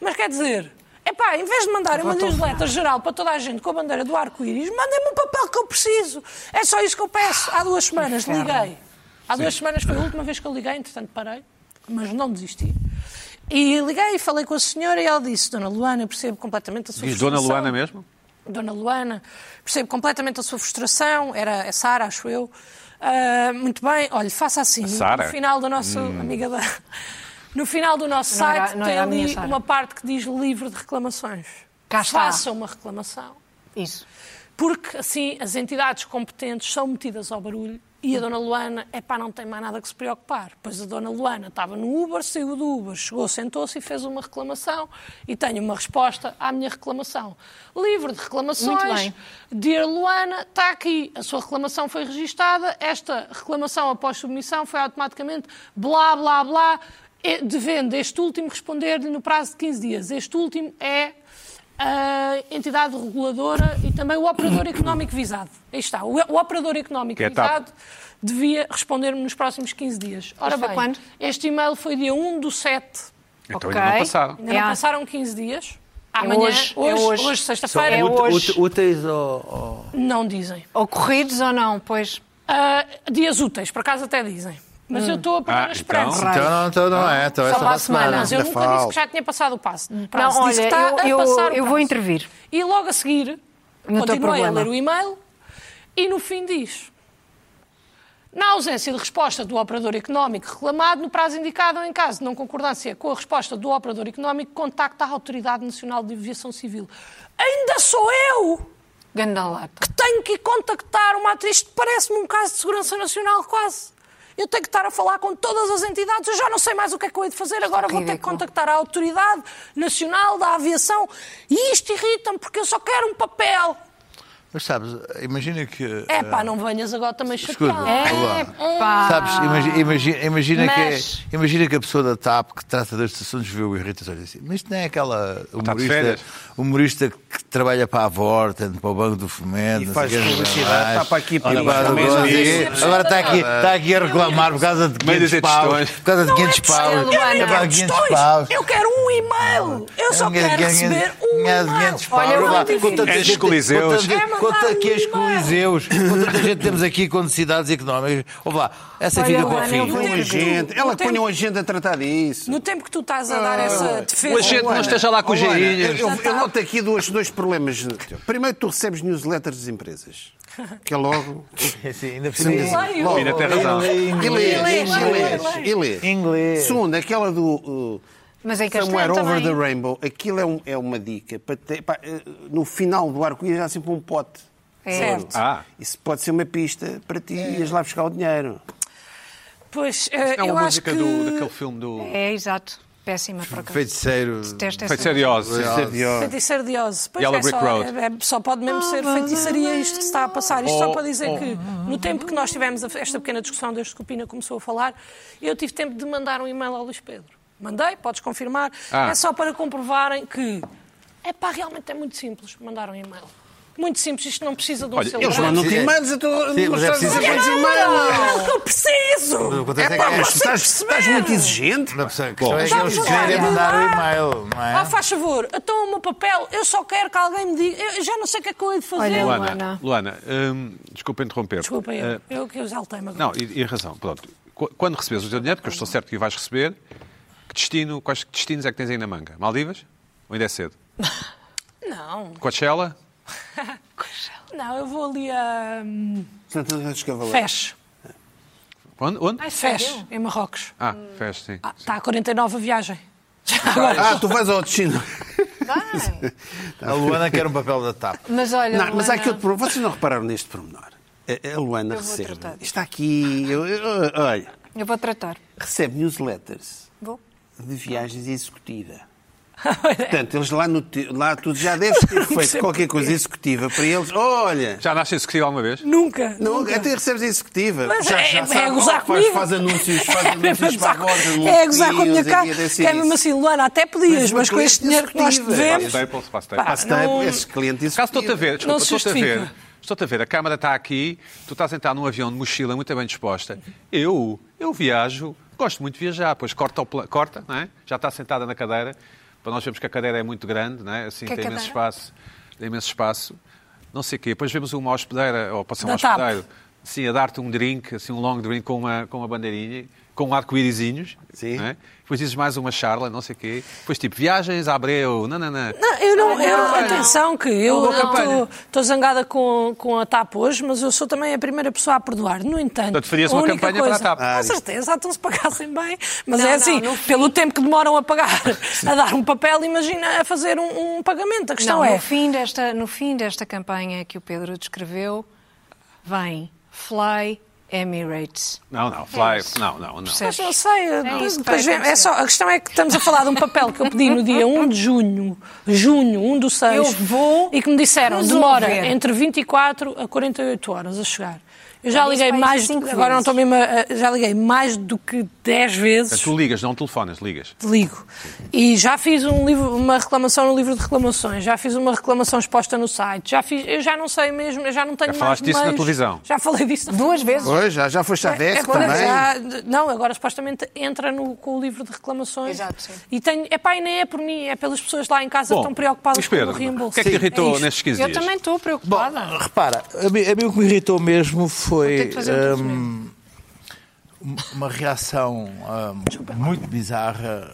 Speaker 4: Mas quer dizer... Epá, em vez de mandarem uma newsletter geral para toda a gente com a bandeira do arco-íris, mandem-me um papel que eu preciso. É só isso que eu peço. Há duas semanas liguei. Há duas semanas foi a última vez que eu liguei, entretanto parei, mas não desisti. E liguei e falei com a senhora e ela disse: Dona Luana, eu percebo completamente a sua
Speaker 1: Diz Dona
Speaker 4: frustração.
Speaker 1: Luana mesmo?
Speaker 4: Dona Luana, percebo completamente a sua frustração. Era a Sara, acho eu. Ah, muito bem, olha, faça assim.
Speaker 1: Sara? Hum.
Speaker 4: No final da nossa amiga da. No final do nosso
Speaker 3: Não
Speaker 4: site
Speaker 3: era- não
Speaker 4: tem
Speaker 3: era a minha
Speaker 4: ali
Speaker 3: Sara.
Speaker 4: uma parte que diz livre de reclamações.
Speaker 3: Cá está.
Speaker 4: Faça uma reclamação
Speaker 3: Isso.
Speaker 4: porque assim as entidades competentes são metidas ao barulho e a Dona Luana, é pá, não tem mais nada que se preocupar. Pois a Dona Luana estava no Uber, saiu do Uber, chegou, sentou-se e fez uma reclamação e tenho uma resposta à minha reclamação. Livre de reclamações.
Speaker 3: Muito bem.
Speaker 4: Dear Luana, está aqui. A sua reclamação foi registada. Esta reclamação após submissão foi automaticamente blá, blá, blá, e- devendo este último responder-lhe no prazo de 15 dias. Este último é a entidade reguladora e também o operador económico visado. Aí está. O, o operador económico
Speaker 1: Que é a TAP.
Speaker 4: visado devia responder-me nos próximos 15 dias. Ora
Speaker 3: Isto foi
Speaker 4: bem,
Speaker 3: quando?
Speaker 4: este e-mail foi dia 1 do 7.
Speaker 1: Então
Speaker 3: Ok.
Speaker 1: ainda não passaram.
Speaker 4: Ainda
Speaker 3: É.
Speaker 4: não passaram 15 dias. Amanhã,
Speaker 3: hoje,
Speaker 4: hoje,
Speaker 3: é
Speaker 4: hoje,
Speaker 3: hoje.
Speaker 4: sexta-feira,
Speaker 3: É
Speaker 7: Ú-
Speaker 3: hoje.
Speaker 7: ú- Úteis ou.
Speaker 4: não dizem.
Speaker 3: Ocorridos ou não? Pois.
Speaker 4: Ah, dias úteis, por acaso até dizem. Mas eu estou a perder
Speaker 1: Ah,
Speaker 4: a
Speaker 1: então.
Speaker 4: esperança.
Speaker 6: Então não, então não é. Então é
Speaker 3: Só
Speaker 6: só
Speaker 3: para a
Speaker 6: uma
Speaker 3: semana.
Speaker 6: semana.
Speaker 4: Mas eu
Speaker 6: ainda
Speaker 4: nunca disse
Speaker 6: falta.
Speaker 4: que já tinha passado o passo.
Speaker 3: Não,
Speaker 4: prazo. Disse
Speaker 3: olha,
Speaker 4: que está
Speaker 3: eu- eu-
Speaker 4: a passar o
Speaker 3: eu vou
Speaker 4: prazo.
Speaker 3: intervir.
Speaker 4: E logo a seguir,
Speaker 3: No teu
Speaker 4: continuei a
Speaker 3: problema.
Speaker 4: ler o e-mail e no fim diz... Na ausência de resposta do operador económico reclamado, no prazo indicado ou em caso de não concordância com a resposta do operador económico, contacta a Autoridade Nacional de Aviação Civil. Ainda sou eu
Speaker 3: Gandalata.
Speaker 4: que tenho que contactar uma atriz. Isto parece-me um caso de segurança nacional, quase. Eu tenho que estar a falar com todas as entidades. Eu já não sei mais o que é que eu hei de fazer. Agora vou ter que
Speaker 3: ridículo.
Speaker 4: contactar a Autoridade Nacional da Aviação. E isto irrita-me, porque eu só quero um papel.
Speaker 6: Mas sabes, imagina que.
Speaker 4: É pá, não venhas agora também
Speaker 6: Escuta,
Speaker 4: chatear.
Speaker 6: olá.
Speaker 3: É, Pá.
Speaker 6: Sabes,
Speaker 4: Ah.
Speaker 6: imagi- imagi- imagina,
Speaker 3: Mas-
Speaker 6: que, imagina que a pessoa da TAP que trata destes assuntos vê o irrita olha assim, mas isto não é aquela humorista,
Speaker 1: férias.
Speaker 6: humorista que trabalha para a Vorten, para o Banco do Fomento,
Speaker 2: E
Speaker 6: não
Speaker 2: faz
Speaker 6: sei o que, não sei
Speaker 2: publicidade,
Speaker 6: mais.
Speaker 2: está para aqui,
Speaker 6: E
Speaker 2: para
Speaker 6: faz
Speaker 2: lá,
Speaker 6: o
Speaker 2: mesmo
Speaker 6: gosto aqui.
Speaker 2: isso.
Speaker 6: Agora está aqui, está aqui a reclamar por causa de
Speaker 1: Meio
Speaker 6: 500
Speaker 1: dizer
Speaker 6: paus.
Speaker 1: questões.
Speaker 6: Por
Speaker 4: é
Speaker 6: causa de 500 paus.
Speaker 4: Eu nem
Speaker 6: É para
Speaker 4: quero
Speaker 6: 500
Speaker 4: questões.
Speaker 6: paus.
Speaker 4: Eu quero um e-mail. Eu só
Speaker 6: Ninguém-
Speaker 4: quero
Speaker 6: ninguém-
Speaker 4: receber um
Speaker 6: ninguém-
Speaker 4: e-mail.
Speaker 6: ninguém
Speaker 3: Olha, eu não
Speaker 6: dispara.
Speaker 3: tive-
Speaker 6: Conta-
Speaker 1: Estes coliseus.
Speaker 6: conta-
Speaker 4: É mandar
Speaker 6: Conta aqui
Speaker 4: um
Speaker 6: as
Speaker 4: e-mail.
Speaker 6: coliseus. Conta que a gente temos aqui com necessidades económicas. Ouve lá, essa fica para o
Speaker 3: Luana, eu
Speaker 6: fim.
Speaker 2: Põe
Speaker 3: vou-
Speaker 2: um
Speaker 4: tempo
Speaker 2: agente.
Speaker 4: do-
Speaker 2: Ela
Speaker 4: no
Speaker 2: que põe
Speaker 4: tempo-
Speaker 2: um agente a tratar disso.
Speaker 4: No tempo que tu estás a dar essa defesa...
Speaker 1: O agente não esteja lá com os
Speaker 2: Oh, Ana,
Speaker 1: gerinhas.
Speaker 2: Eu, eu noto aqui dois, dois problemas. Primeiro, tu recebes newsletters das empresas. Que é logo.
Speaker 6: Sim, ainda precisa.
Speaker 4: Leio.
Speaker 1: Ainda tem razão.
Speaker 2: Inglês, inglês, inglês.
Speaker 6: Inglês.
Speaker 2: Segundo, aquela do. uh,
Speaker 3: Mas é em
Speaker 2: Somewhere
Speaker 3: castelhano
Speaker 2: over the
Speaker 3: também.
Speaker 2: rainbow, aquilo é, um- é uma dica. Para ter- pá, eh, no final do arco-íris há sempre um pote.
Speaker 3: É.
Speaker 4: Certo.
Speaker 1: Ah,
Speaker 2: Isso pode ser uma pista para ti ias lá buscar o dinheiro.
Speaker 4: Pois,
Speaker 1: é
Speaker 4: eh, eu
Speaker 1: uma
Speaker 4: acho
Speaker 1: música
Speaker 4: que...
Speaker 1: do, daquele filme do.
Speaker 3: É, exato. Péssima para cá.
Speaker 6: Feiticeiro.
Speaker 3: Detesto essa-
Speaker 1: Feito serioso.
Speaker 4: Feiticeiro de Oz. Pois
Speaker 1: Yellow
Speaker 4: é,
Speaker 1: Brick
Speaker 4: só,
Speaker 1: Road.
Speaker 4: é- é- só pode mesmo ser feitiçaria isto que se está a passar. Isto só
Speaker 1: Oh,
Speaker 4: para dizer
Speaker 1: oh.
Speaker 4: que no tempo que nós tivemos a- esta pequena discussão desde que o Pina começou a falar, eu tive tempo de mandar um e-mail ao Luís Pedro. Mandei, podes confirmar.
Speaker 1: Ah.
Speaker 4: É só para comprovarem que é pá, realmente é muito simples mandar um e-mail. Muito simples, isto não precisa de um
Speaker 1: Olha,
Speaker 4: celular.
Speaker 2: Eles mandam-te
Speaker 6: Sim, é.
Speaker 2: e-mails a todos.
Speaker 6: Sim, mas é preciso-
Speaker 4: Que não, é o que eu preciso!
Speaker 6: O que acontece é que-
Speaker 2: mas
Speaker 4: Sem
Speaker 2: estás, estás
Speaker 4: perceber.
Speaker 2: muito exigente.
Speaker 6: Não, a questão é que
Speaker 4: Vamos
Speaker 6: eles querem
Speaker 4: lá.
Speaker 6: mandar o e-mail, não
Speaker 4: Ah,
Speaker 6: é?
Speaker 4: faz favor, então o meu papel, eu só quero que alguém me diga, eu já não sei o que é que eu hei de fazer.
Speaker 3: Olha,
Speaker 1: Luana,
Speaker 3: Luana.
Speaker 1: Luana, hum, desculpa interromper.
Speaker 4: Desculpa,
Speaker 1: Ah,
Speaker 4: eu, eu que exaltei-me agora.
Speaker 1: Não, e, e a razão. Pronto. Qu- Quando recebes o teu dinheiro, porque eu estou certo que o vais receber, que destino, quais destinos é que tens aí na manga? Maldivas? Ou ainda é cedo?
Speaker 4: Não,
Speaker 1: Coachella?
Speaker 4: não, eu vou ali a hum,
Speaker 2: Portanto, não andes cavalar.
Speaker 4: Fes.
Speaker 1: Onde? Onde?
Speaker 3: É
Speaker 4: Fes, em Marrocos.
Speaker 1: Ah, Fez, sim.
Speaker 4: Ah, Está a 49 a viagem.
Speaker 2: Ah, tu vais ao destino.
Speaker 3: Vai.
Speaker 6: A Luana quer um papel da TAP.
Speaker 3: Mas olha,
Speaker 2: Não, mas há
Speaker 3: Luana,
Speaker 2: aqui outro problema. Vocês não repararam neste pormenor? A- A Luana
Speaker 3: vou
Speaker 2: recebe.
Speaker 3: tratar disso.
Speaker 2: Está aqui. eu- eu- eu- Olha.
Speaker 3: Eu vou tratar.
Speaker 2: Recebe newsletters
Speaker 3: Vou.
Speaker 2: de viagens executiva.
Speaker 4: É.
Speaker 2: Portanto, eles lá, no, te- lá tu já deves ter feito qualquer coisa executiva para eles. Olha,
Speaker 1: Já nasce executivo alguma vez?
Speaker 4: Nunca.
Speaker 2: não, até recebes a executiva.
Speaker 4: Mas
Speaker 2: já,
Speaker 4: é-
Speaker 2: já
Speaker 4: é
Speaker 2: sabe,
Speaker 4: gozar
Speaker 2: oh, faz,
Speaker 4: comigo.
Speaker 2: faz anúncios, faz
Speaker 4: mesmo
Speaker 2: anúncios para a
Speaker 4: gozar com-
Speaker 2: voz,
Speaker 4: é gozar com a minha cara. Que é mesmo
Speaker 2: Caso
Speaker 4: assim, Luana, até podias,
Speaker 2: Mas uma
Speaker 4: mas com este
Speaker 2: cliente
Speaker 4: dinheiro que nós te
Speaker 2: executiva.
Speaker 4: devemos.
Speaker 1: Fast Apple, fast
Speaker 4: Pá,
Speaker 1: Apple.
Speaker 4: não-
Speaker 2: esses clientes
Speaker 1: Por acaso
Speaker 2: executiva.
Speaker 1: estou-te a ver,
Speaker 4: Não
Speaker 1: desculpa,
Speaker 4: se
Speaker 1: estou-te a ver.
Speaker 4: justifica.
Speaker 1: Estou-te a ver, a câmara está aqui, tu estás a entrar num avião de mochila muito bem disposta. Eu, eu viajo, gosto muito de viajar, pois corta, o pla- corta não é? já está sentada na cadeira, para nós vermos que a cadeira é muito grande, não é? assim
Speaker 3: Que
Speaker 1: tem imenso
Speaker 3: cadeira?
Speaker 1: espaço, tem imenso espaço, não sei o quê. Depois vemos uma hospedeira, ou passa um
Speaker 4: Da TAP.
Speaker 1: hospedeiro, assim, a dar-te um drink, assim, um long drink com uma, com uma bandeirinha, com um arco-írisinhos,
Speaker 2: Sim.
Speaker 1: não é? depois dizes mais uma charla, não sei o quê, depois tipo, viagens, abreu, nananã.
Speaker 4: Não, eu não, eu, atenção que eu
Speaker 1: Não.
Speaker 4: estou zangada com, com a TAP hoje, mas eu sou também a primeira pessoa a perdoar. No entanto,
Speaker 1: Portanto, farias uma
Speaker 4: a única
Speaker 1: campanha
Speaker 4: coisa,
Speaker 1: para a TAP.
Speaker 4: Com certeza, então se pagassem bem. Mas
Speaker 3: Não,
Speaker 4: é
Speaker 3: não,
Speaker 4: assim,
Speaker 3: não.
Speaker 4: pelo tempo que demoram a pagar, a dar um papel, imagina a fazer um, um pagamento. A questão
Speaker 3: Não,
Speaker 4: é,
Speaker 3: no, fim desta, no fim desta campanha que o Pedro descreveu, vem Fly Emirates. É
Speaker 1: Não, não, fly, não, não, não.
Speaker 4: Mas não sei,
Speaker 3: isso que
Speaker 4: depois
Speaker 3: vai
Speaker 4: vemos. é só, a questão é que estamos a falar de um papel que eu pedi no dia 1 de junho, junho, 1 do 6,
Speaker 3: Eu vou
Speaker 4: e que me disseram
Speaker 3: resolver.
Speaker 4: demora entre 24 a 48 horas a chegar. Eu já
Speaker 3: Eu disse
Speaker 4: liguei
Speaker 3: para aí
Speaker 4: mais,
Speaker 3: cinco
Speaker 4: agora não estou mesmo, a- a- já liguei mais do que 10 vezes.
Speaker 1: Tu ligas, não telefonas, ligas.
Speaker 4: Ligo. E já fiz um livro- uma reclamação no livro de reclamações, já fiz uma reclamação exposta no site, já fiz, eu já não sei mesmo, eu já não tenho
Speaker 1: Já
Speaker 4: mais
Speaker 1: falaste disso na
Speaker 4: meios.
Speaker 1: televisão.
Speaker 4: Já falei disso na
Speaker 3: Duas vezes.
Speaker 6: Pois, já, já foste à
Speaker 4: é
Speaker 6: VEC
Speaker 4: quando
Speaker 6: também.
Speaker 4: já- não, agora supostamente entra no, com o livro de reclamações.
Speaker 3: Exato, sim.
Speaker 4: E tenho, epá, e nem é por mim, é pelas pessoas lá em casa que estão preocupadas
Speaker 1: espera,
Speaker 4: com o reembolso.
Speaker 1: O que é que te irritou nestes 15
Speaker 3: Eu
Speaker 1: dias?
Speaker 3: também estou preocupada.
Speaker 6: Repara, a mim, a mim o que me irritou mesmo
Speaker 3: Vou ter
Speaker 6: foi
Speaker 3: que fazer um
Speaker 6: hum, uma reação hum, muito bizarra,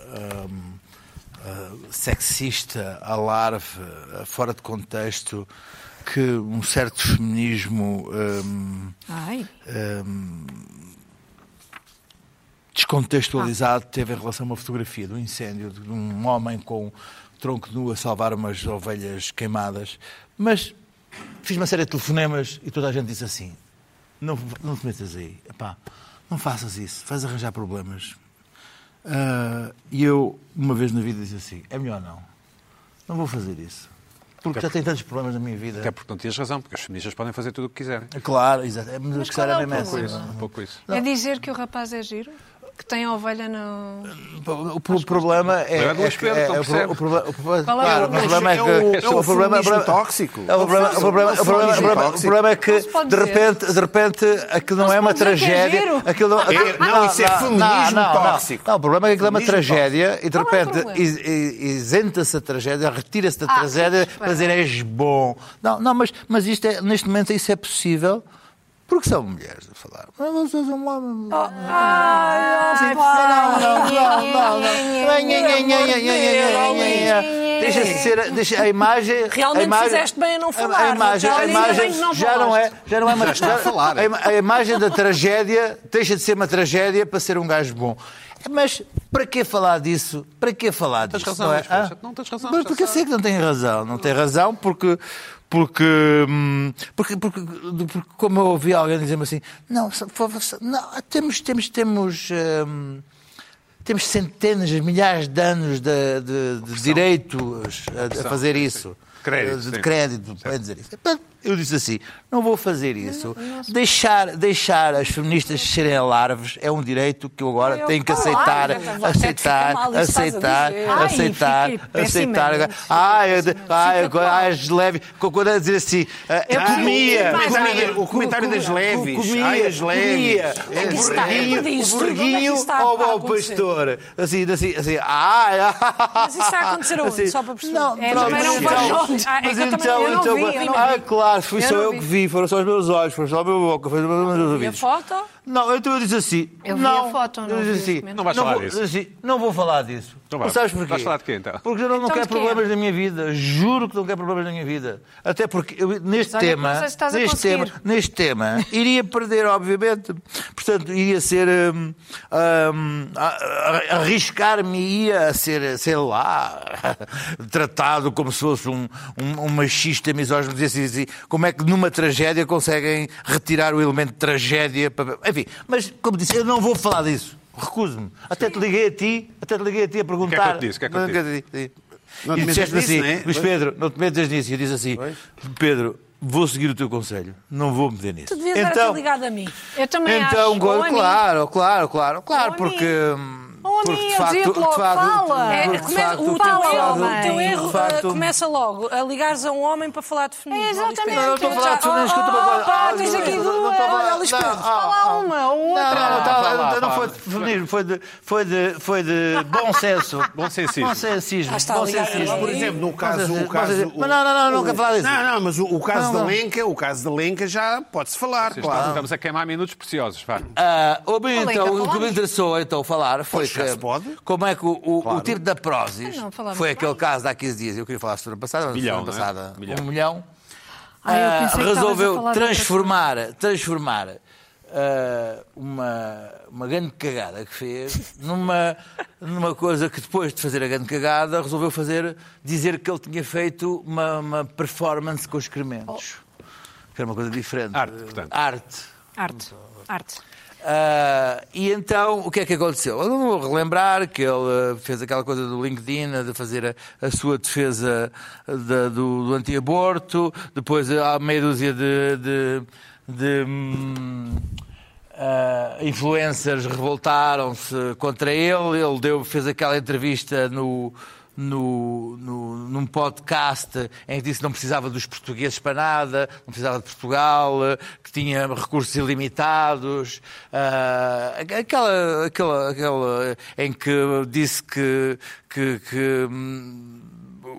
Speaker 6: hum, uh, sexista, alarve, uh, fora de contexto, que um certo feminismo. hum,
Speaker 3: Ai,
Speaker 6: descontextualizado
Speaker 3: Ah.
Speaker 6: teve em relação a uma fotografia de um incêndio de um homem com um tronco nu a salvar umas ovelhas queimadas. Mas fiz uma série de telefonemas e toda a gente disse assim: não, não te metas aí, Epá, não faças isso, vais arranjar problemas. Ah, e eu, uma vez na vida, disse assim: é melhor não, não vou fazer isso, porque já tenho tantos problemas na minha vida.
Speaker 1: Até porque não tinhas razão, porque as feministas podem fazer tudo o que quiserem.
Speaker 6: É Claro, exato. É, mas,
Speaker 3: Mas
Speaker 6: a questão
Speaker 3: qual é
Speaker 6: era
Speaker 3: o
Speaker 6: mesmo essa,
Speaker 3: problema?
Speaker 6: não é?
Speaker 1: Um pouco isso.
Speaker 3: é dizer que o rapaz é giro? Que tem a ovelha no.
Speaker 6: O pro- problema é.
Speaker 1: Não é do
Speaker 6: é-
Speaker 1: espelho,
Speaker 6: é-
Speaker 1: então
Speaker 6: é o pro-
Speaker 1: percebe.
Speaker 6: o proble- o proble-
Speaker 3: Qual é
Speaker 6: claro,
Speaker 3: o- É
Speaker 6: o problema é
Speaker 2: é o-
Speaker 6: que.
Speaker 2: é o
Speaker 6: o
Speaker 2: feminismo
Speaker 6: problema- o problema-
Speaker 2: tóxico.
Speaker 6: o problema- o problema- o problema- o problema- O problema é que,
Speaker 3: Não se pode
Speaker 6: de
Speaker 3: dizer.
Speaker 6: repente, de repente, aquilo não
Speaker 3: se
Speaker 6: é uma
Speaker 3: pode dizer que é
Speaker 6: tragédia.
Speaker 3: giro.
Speaker 6: aquilo não-
Speaker 2: É, não, isso é feminismo
Speaker 6: não,
Speaker 2: tóxico.
Speaker 6: Não, o problema é que aquilo é uma
Speaker 2: Feminismo
Speaker 6: tragédia e, de
Speaker 3: Qual é o
Speaker 6: repente,
Speaker 3: problema?
Speaker 6: is- i- isenta-se a tragédia, retira-se da
Speaker 3: Ah,
Speaker 6: tragédia
Speaker 3: espera.
Speaker 6: para dizer és bom. Não, não mas, mas isto é, neste momento isso é possível. Porque são mulheres a falar. Mas vocês são homens.
Speaker 3: Ai,
Speaker 6: Não, não, não, não, não. Deixa de ser, deixa a imagem.
Speaker 4: Realmente
Speaker 6: a imagem,
Speaker 4: fizeste bem em não falar,
Speaker 6: A imagem,
Speaker 4: não
Speaker 6: a
Speaker 4: te
Speaker 6: imagem
Speaker 4: obriguem, não
Speaker 6: já não é, já não é uma
Speaker 2: está a falar.
Speaker 6: A, ima- a imagem da tragédia deixa de ser uma tragédia para ser um gajo bom. Mas para que falar disso? Para que falar
Speaker 1: Tens
Speaker 6: disso?
Speaker 1: razão,
Speaker 6: não, é?
Speaker 1: Luís Pedro, não tens razão,
Speaker 6: Mas
Speaker 1: já
Speaker 6: porque eu
Speaker 1: sabe.
Speaker 6: sei que não tem razão, não tem razão porque porque hum, porque, porque, porque como eu ouvi alguém dizer-me assim, não, só- por favor, só- não temos temos temos hum, temos centenas, milhares de anos de, de- de direitos a- a, fazer isso.
Speaker 1: Crédito,
Speaker 6: De-
Speaker 1: sim.
Speaker 6: de crédito, para dizer isso. Epá, Eu disse assim, não vou fazer isso. Deixar, deixar as feministas serem alarves é um direito que eu agora tenho que
Speaker 4: alarve,
Speaker 6: aceitar,
Speaker 4: é verdade,
Speaker 6: aceitar,
Speaker 4: fica mal, isso estás a
Speaker 6: aceitar,
Speaker 4: dizer.
Speaker 3: Ai,
Speaker 6: aceitar,
Speaker 3: fiquei
Speaker 6: aceitar.
Speaker 3: pessimamente,
Speaker 6: Ai, eu-
Speaker 3: pessimamente.
Speaker 6: ai,
Speaker 3: Fica
Speaker 6: agora- ai, as leves, quando a dizer assim, ah,
Speaker 2: Eu
Speaker 6: comia,
Speaker 2: comia,
Speaker 6: comia,
Speaker 2: o comentário das leves.
Speaker 6: comia,
Speaker 2: Ai, as leves.
Speaker 6: comia,
Speaker 2: É
Speaker 6: o
Speaker 4: que isso está-
Speaker 6: borreguinho,
Speaker 4: onde é que isso
Speaker 6: o
Speaker 4: tudo? Onde é que isso
Speaker 6: borreguinho
Speaker 4: está a
Speaker 6: ao ao
Speaker 4: acontecer?
Speaker 6: pastor, assim, assim, assim, ah, ah,
Speaker 4: Mas isso está a acontecer aonde? Só para perceber.
Speaker 6: Assim, Não,
Speaker 4: É,
Speaker 6: pronto,
Speaker 4: mas não
Speaker 6: então,
Speaker 4: vejo onde. Ah, é que eu
Speaker 6: mas
Speaker 4: também- eu não
Speaker 6: então,
Speaker 4: vi, eu
Speaker 6: então,
Speaker 4: não vi.
Speaker 6: ah, claro, fui
Speaker 3: Eu
Speaker 6: só
Speaker 3: não
Speaker 6: eu
Speaker 3: vi.
Speaker 6: que vi, foram só os meus olhos, foram só a minha boca, foram só os meus
Speaker 4: E a
Speaker 6: ouvidos.
Speaker 4: foto?
Speaker 6: Não, eu, eu disse assim.
Speaker 3: Eu vi
Speaker 6: não,
Speaker 3: a foto, não
Speaker 6: eu
Speaker 3: vi o
Speaker 6: disse assim,
Speaker 3: documento.
Speaker 1: Não vais falar
Speaker 6: vou,
Speaker 1: disso.
Speaker 6: assim, não vou falar disso.
Speaker 1: Então
Speaker 6: Mas
Speaker 1: vá.
Speaker 6: sabes porquê?
Speaker 1: Vais falar de quê, então?
Speaker 6: Porque eu não,
Speaker 3: Então,
Speaker 6: quero
Speaker 3: de quê?
Speaker 6: problemas na minha vida. Juro que não quero problemas na minha vida. Até porque eu, neste
Speaker 3: olha que
Speaker 6: tema.
Speaker 3: não sei se estás a
Speaker 6: neste
Speaker 3: conseguir.
Speaker 6: tema, neste tema, iria perder, obviamente. Portanto, iria ser. hum, hum, a- a- Arriscar-me a ser, sei lá, tratado como se fosse um, um, um machista misógino. dizer assim, assim, Como é que numa tragédia conseguem retirar o elemento de tragédia? Para... Enfim, Enfim, mas como disse, eu não vou falar disso. Recuso-me. Até te liguei a ti, até te liguei a ti a perguntar.
Speaker 1: eu te disse? O que é que eu te
Speaker 6: disse?
Speaker 2: Não te
Speaker 6: E
Speaker 2: metas
Speaker 6: disseste
Speaker 2: nisso,
Speaker 6: assim,
Speaker 2: não é?
Speaker 6: Luís Pedro, não te metas nisso. E eu disse assim, Pedro, vou seguir o teu conselho, não vou meter nisso.
Speaker 4: Tu devias era ter ligado a mim.
Speaker 3: Eu também
Speaker 6: Então,
Speaker 3: acho.
Speaker 6: claro,
Speaker 3: Ou a mim.
Speaker 6: claro, claro, claro, claro,
Speaker 3: Ou a
Speaker 6: porque. hum,
Speaker 3: Ou a
Speaker 6: porque
Speaker 3: mim, eu dizia-te logo, fala.
Speaker 4: É,
Speaker 6: porque, de
Speaker 4: começa-
Speaker 6: facto,
Speaker 4: o teu
Speaker 6: de
Speaker 3: fala,
Speaker 4: erro,
Speaker 6: facto,
Speaker 4: o teu
Speaker 3: mãe.
Speaker 4: erro
Speaker 6: de facto,
Speaker 4: eh, começa logo a ligares a um homem para falar de feminismo.
Speaker 3: É exatamente.
Speaker 6: Não, eu não estou a falar de
Speaker 3: Oh,
Speaker 6: tudo, escuta uma
Speaker 3: oh,
Speaker 6: coisa.
Speaker 3: pá,
Speaker 6: Ah,
Speaker 3: tens
Speaker 6: não,
Speaker 3: aqui
Speaker 6: não,
Speaker 3: duas.
Speaker 6: não estou a falar-
Speaker 3: Olha, Luís
Speaker 6: não,
Speaker 3: Pedro,
Speaker 6: ah,
Speaker 3: fala
Speaker 6: ah,
Speaker 3: uma ou outra.
Speaker 6: Não, não, não,
Speaker 1: Fala,
Speaker 6: não, não, não
Speaker 1: fala.
Speaker 6: foi de feminismo, foi de, foi de, foi de bom senso.
Speaker 1: Bom sensismo.
Speaker 6: Bom sensismo.
Speaker 4: Ah, está
Speaker 6: bom
Speaker 4: ligado.
Speaker 6: sensismo.
Speaker 2: Por exemplo, no caso.
Speaker 6: Mas,
Speaker 2: O caso
Speaker 6: mas não, não, não, não quero falar disso.
Speaker 2: Não, não, mas o, o caso
Speaker 6: Não,
Speaker 2: da
Speaker 6: não.
Speaker 2: Lenca, o caso da Lenca já pode-se falar, claro.
Speaker 1: Estamos a queimar minutos preciosos. Vá.
Speaker 6: Ah, ou bem,
Speaker 3: Além
Speaker 6: então,
Speaker 3: da
Speaker 6: o que me
Speaker 3: palavra.
Speaker 6: interessou então falar foi
Speaker 2: Pois, já
Speaker 6: que-
Speaker 2: se pode.
Speaker 6: como é que o, o- o tiro da
Speaker 7: Ah,
Speaker 6: Prozis
Speaker 3: não falamos
Speaker 6: foi aquele caso de há 15 dias. Eu queria falar a semana passada, mas
Speaker 1: Milhão,
Speaker 6: semana
Speaker 1: não é?
Speaker 6: passada
Speaker 1: Milhão.
Speaker 6: um milhão.
Speaker 7: Ah, eu pensei que
Speaker 6: Ah,
Speaker 7: estavas a
Speaker 6: resolveu
Speaker 7: falar de outra
Speaker 6: transformar, transformar ah, uma, uma grande cagada que fez numa, numa coisa que depois de fazer a grande cagada resolveu fazer dizer que ele tinha feito uma, uma performance com
Speaker 7: Oh.
Speaker 6: excrementos. Que era uma coisa diferente.
Speaker 1: Arte, portanto.
Speaker 6: Arte.
Speaker 7: Arte. Arte.
Speaker 6: Ah, e então, o que é que aconteceu? Eu não vou relembrar que ele ah, fez aquela coisa do LinkedIn, ah, de fazer a, a sua defesa ah, da- do, do anti-aborto, depois ah, há meia dúzia de, de- de, hum, ah, influencers revoltaram-se contra ele, ele deu, fez aquela entrevista no, no, no- num podcast em que disse que não precisava dos portugueses para nada, não precisava de Portugal, eh, que tinha recursos ilimitados, ah, aquela, aquela, aquela em que disse que, que, que, hum,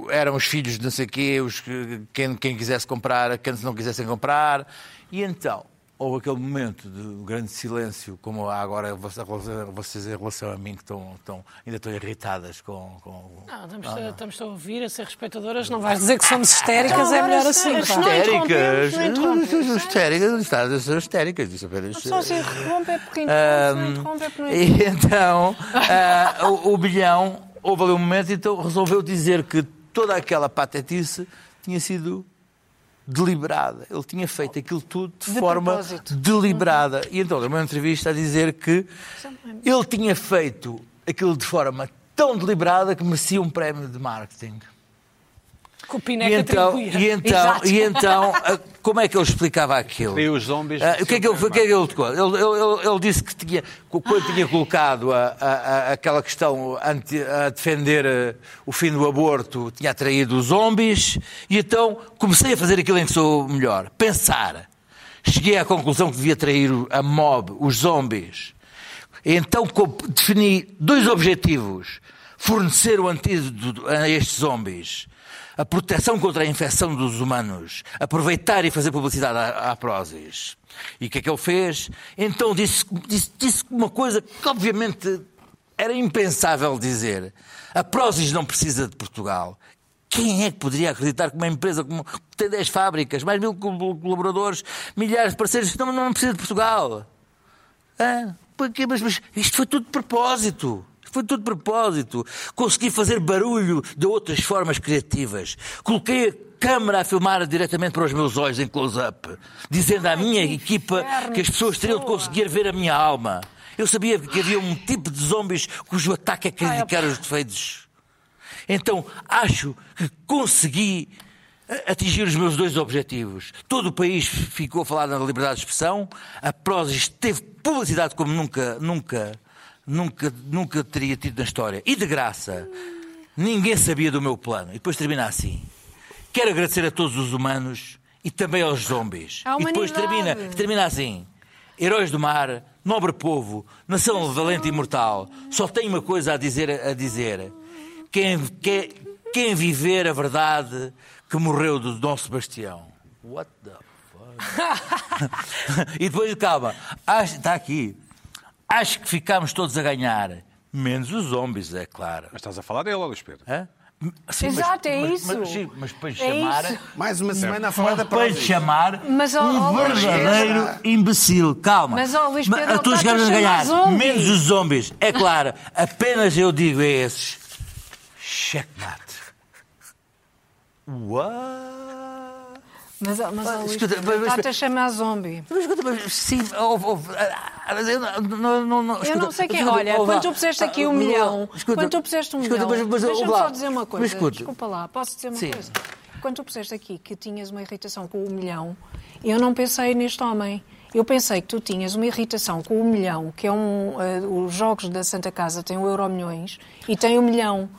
Speaker 6: eram os filhos de não sei quê, os que, quem, quem quisesse comprar, quem não quisessem comprar. E então, houve aquele momento de grande silêncio, como há agora voce- vocês em relação a mim, que estão, estão- ainda estão irritadas com... com...
Speaker 4: Não, estamos, estamos a ouvir, a ser respeitadoras. Não vais dizer que somos histéricas, é
Speaker 3: Então Agora
Speaker 4: melhor
Speaker 3: se-
Speaker 4: assim.
Speaker 3: se
Speaker 4: pá.
Speaker 3: não-
Speaker 6: Histéricas,
Speaker 3: interrompemos, não interrompemos,
Speaker 6: Não, histéricas, não está a ser histéricas, disse apenas.
Speaker 3: Só se interrompe porque
Speaker 6: Ahm,
Speaker 3: interrompe, se não interrompe porque
Speaker 6: e então, ah, o, o bilhão, houve ali um momento, então resolveu dizer que toda aquela patetice tinha sido deliberada. Ele tinha feito aquilo tudo de,
Speaker 3: De
Speaker 6: forma
Speaker 3: propósito.
Speaker 6: deliberada. E então, deu uma entrevista a dizer que ele tinha feito aquilo de forma tão deliberada que merecia um prémio de marketing.
Speaker 4: é Que o
Speaker 6: E
Speaker 4: Pineca
Speaker 6: então,
Speaker 4: atribuía.
Speaker 6: e então,
Speaker 4: Exato.
Speaker 6: e então ah, como é que ele explicava aquilo?
Speaker 1: E os zombies.
Speaker 6: Ah, o que é que ele, o que é que ele tocou? Ele, ele- ele- ele disse que tinha, que quando tinha colocado a, a- a- aquela questão anti- a defender eh, o fim do aborto, tinha atraído os zombies, e então comecei a fazer aquilo em que sou melhor: pensar. Cheguei à conclusão que devia atrair o- a mob, os zombies. Então co- defini dois objetivos: fornecer o antídoto a estes zombies. A proteção contra a infecção dos humanos. Aproveitar e fazer publicidade à, à Prozis. E o que é que ele fez? Então disse, disse, disse uma coisa que obviamente era impensável dizer. A Prozis não precisa de Portugal. Quem é que poderia acreditar que uma empresa como, que tem 10 fábricas, mais mil col- colaboradores, milhares de parceiros, não, não precisa de Portugal? Ah, porque, mas, mas isto foi tudo de propósito. Isto Foi tudo de propósito. Consegui fazer barulho de outras formas criativas. Coloquei a câmara a filmar diretamente para os meus olhos em close-up, dizendo à minha equipa que as pessoas teriam de conseguir ver a minha alma. Eu sabia que havia um tipo de zombies cujo ataque é criticar os defeitos. Então, acho que consegui a- atingir os meus dois objetivos. Todo o país ficou a falar na liberdade de expressão, a Prozis teve publicidade como nunca, nunca, nunca, nunca teria tido na história. E de graça. Ninguém sabia do meu plano. E depois termina assim. Quero agradecer a todos os humanos e também aos zombies.
Speaker 7: À
Speaker 6: E depois termina,
Speaker 7: humanidade.
Speaker 6: termina assim. Heróis do mar, nobre povo, nação valente e imortal, só tenho uma coisa a dizer. A dizer. Quem, quem, quem viver a verdade que morreu do Dom Sebastião. What the fuck? e depois, calma, acho- está aqui. Acho que ficámos todos a ganhar, menos os zombies, é claro.
Speaker 1: Mas estás a falar dele, ó, Luís Pedro.
Speaker 6: Hã? Sim,
Speaker 3: Exato, é
Speaker 6: mas- Mas,
Speaker 3: isso.
Speaker 6: sim, mas para lhe
Speaker 3: É
Speaker 6: chamar,
Speaker 3: isso.
Speaker 2: Mais uma semana a falar da
Speaker 6: para lhe
Speaker 2: Prozis.
Speaker 6: chamar
Speaker 7: Mas, ó,
Speaker 6: um
Speaker 7: ó, Luís
Speaker 6: verdadeiro imbecil. Calma.
Speaker 7: Mas, ó, Luís Pedro,
Speaker 6: as
Speaker 3: tá
Speaker 6: tuas
Speaker 7: ele
Speaker 6: ganas
Speaker 7: está-te
Speaker 6: de
Speaker 7: a
Speaker 6: ganhar,
Speaker 7: chamar zombies.
Speaker 6: menos os zombies. É claro, apenas eu digo a esses. Checkmate. What?
Speaker 3: Mas, mas oh, Luís,
Speaker 6: eh, Escuta, mas- mas-
Speaker 3: está-te a chamar zombie.
Speaker 6: Mas escuta, mas sim, houve. houve- ah, mas eu não- não- não- não- escuta,
Speaker 3: não sei quem- é.
Speaker 6: escuta, Ah,
Speaker 3: olha,
Speaker 6: houve-
Speaker 3: quando tu puseste aqui um
Speaker 6: não-
Speaker 3: milhão, quando tu puseste um
Speaker 6: escuta,
Speaker 3: milhão,
Speaker 6: mas- mas,
Speaker 3: deixa-me
Speaker 6: houve lá.
Speaker 3: só dizer uma coisa, é?
Speaker 6: Mas escuta,
Speaker 3: desculpa lá, posso dizer uma
Speaker 6: Sim.
Speaker 3: coisa? Quando tu puseste aqui que tinhas uma irritação com o milhão, eu não pensei neste homem. Eu pensei que tu tinhas uma irritação com o milhão, que é um. eh, os jogos da Santa Casa têm o Euro Milhões e tem o milhão.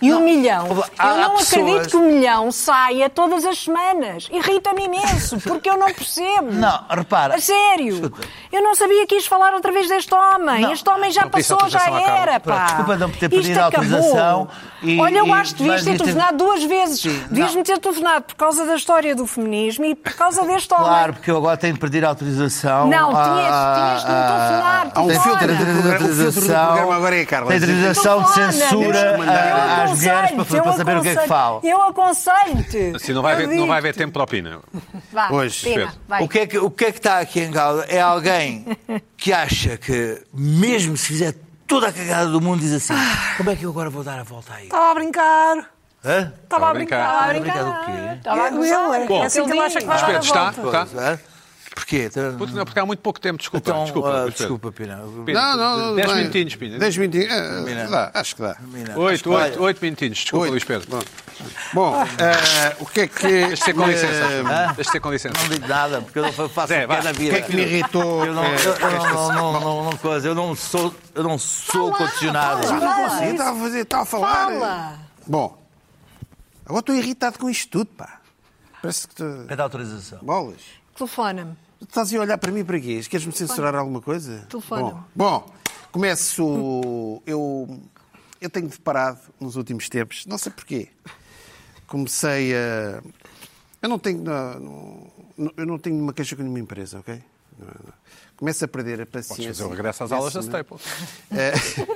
Speaker 3: E o milhão.
Speaker 6: houve- há-
Speaker 3: eu não
Speaker 6: há
Speaker 3: acredito
Speaker 6: pessoas-
Speaker 3: que o milhão saia todas as semanas. Irrita-me imenso, porque eu não percebo.
Speaker 6: Não, repara.
Speaker 3: A sério.
Speaker 6: Escuta.
Speaker 3: Eu não sabia que ias falar outra vez deste homem.
Speaker 6: Não.
Speaker 3: Este homem já
Speaker 1: Não pedi
Speaker 3: passou, já
Speaker 1: autorização à Carla.
Speaker 3: era, pá.
Speaker 6: Pronto, desculpa não ter
Speaker 3: Isto
Speaker 6: pedido a
Speaker 3: acabou.
Speaker 6: autorização e-
Speaker 3: Olha, eu
Speaker 6: e-
Speaker 3: acho que devias
Speaker 6: mas
Speaker 3: ter
Speaker 6: isto-
Speaker 3: telefonado duas vezes.
Speaker 6: Sim,
Speaker 3: Devias-me
Speaker 6: não.
Speaker 3: ter telefonado por causa da história do feminismo e por causa deste homem.
Speaker 6: Claro, um- porque eu agora tenho de pedir autorização.
Speaker 3: Não,
Speaker 6: à-
Speaker 3: tinhas- tinhas de me telefonar,
Speaker 6: à- à-
Speaker 3: telefona.
Speaker 6: Tenho de pedir
Speaker 2: O filtro do programa agora é a Carla.
Speaker 6: Tenho de pedir autorização de
Speaker 3: Telefona.
Speaker 6: censura
Speaker 3: Então Eu
Speaker 6: a- às mulheres para,
Speaker 3: aconselho-te, eu
Speaker 6: para saber o que é que
Speaker 3: aconselho-
Speaker 6: falo.
Speaker 3: Eu aconselho-te.
Speaker 1: Assim não vai,
Speaker 3: Eu
Speaker 1: haver, não vai
Speaker 3: digo-te.
Speaker 1: haver tempo para opina.
Speaker 3: Vá,
Speaker 2: Hoje,
Speaker 3: pena,
Speaker 1: Pedro.
Speaker 3: vai.
Speaker 6: O que, é que, o que é que está aqui em causa? É alguém que acha que, mesmo se fizer toda a cagada do mundo, diz assim:
Speaker 3: Ah.
Speaker 6: como é que eu agora vou dar a volta
Speaker 3: Tá.
Speaker 6: aí?
Speaker 4: Estava a brincar.
Speaker 6: Hã?
Speaker 4: Estava
Speaker 1: a
Speaker 4: a brincar.
Speaker 6: brincar. Obrigado, o quê?
Speaker 3: Estava a gozar.
Speaker 4: Ele, é assim que ele acha que vai
Speaker 1: Mas
Speaker 2: Ah,
Speaker 4: dar a
Speaker 1: Pedro, está?
Speaker 4: volta.
Speaker 3: Tá.
Speaker 1: está?
Speaker 6: Hã? Porquê? Então,
Speaker 1: Puto, não, porque há muito pouco tempo, desculpa.
Speaker 6: então,
Speaker 1: desculpa,
Speaker 6: ah,
Speaker 1: Pedro.
Speaker 6: desculpa, Pina.
Speaker 1: Pedro,
Speaker 2: Não, não, não.
Speaker 1: 10
Speaker 2: vai.
Speaker 1: minutinhos, Pina.
Speaker 2: Dez minutinhos. Ah, dá, acho que dá.
Speaker 6: Pina, acho que
Speaker 1: Oito,
Speaker 6: vai.
Speaker 1: oito, oito minutinhos. Desculpa,
Speaker 2: Oito.
Speaker 1: Luís Pedro.
Speaker 2: Bom, Bom, eh, o que é que.
Speaker 1: Deixa ser com licença.
Speaker 2: eh,
Speaker 1: Deixa ser com licença.
Speaker 6: Não digo nada, porque eu não faço
Speaker 1: Zé, vá.
Speaker 6: qualquer da
Speaker 2: O que
Speaker 6: vida.
Speaker 2: é que me irritou?
Speaker 6: Eu não,
Speaker 2: eh,
Speaker 6: eu, eu
Speaker 2: esta
Speaker 6: não, não, não, não coisa, eu não sou, eu não sou condicionado.
Speaker 2: Sim, estava a fazer, estava a falar. eh. Bom, agora estou irritado com isto tudo, pá. Parece que tu...
Speaker 6: Pede autorização.
Speaker 2: Bolas.
Speaker 3: Telefona-me.
Speaker 2: Tu estás a olhar para mim para quê? Queres-me censurar alguma coisa?
Speaker 3: Telefona.
Speaker 2: Bom, bom, começo... Eu, eu tenho deparado nos últimos tempos, não sei porquê, comecei a... Eu não tenho, não, não- eu não tenho uma queixa com nenhuma empresa, ok? Não, não. Começo a perder a paciência.
Speaker 1: Podes fazer o regresso às aulas da
Speaker 2: Começo, não é?
Speaker 1: Staples.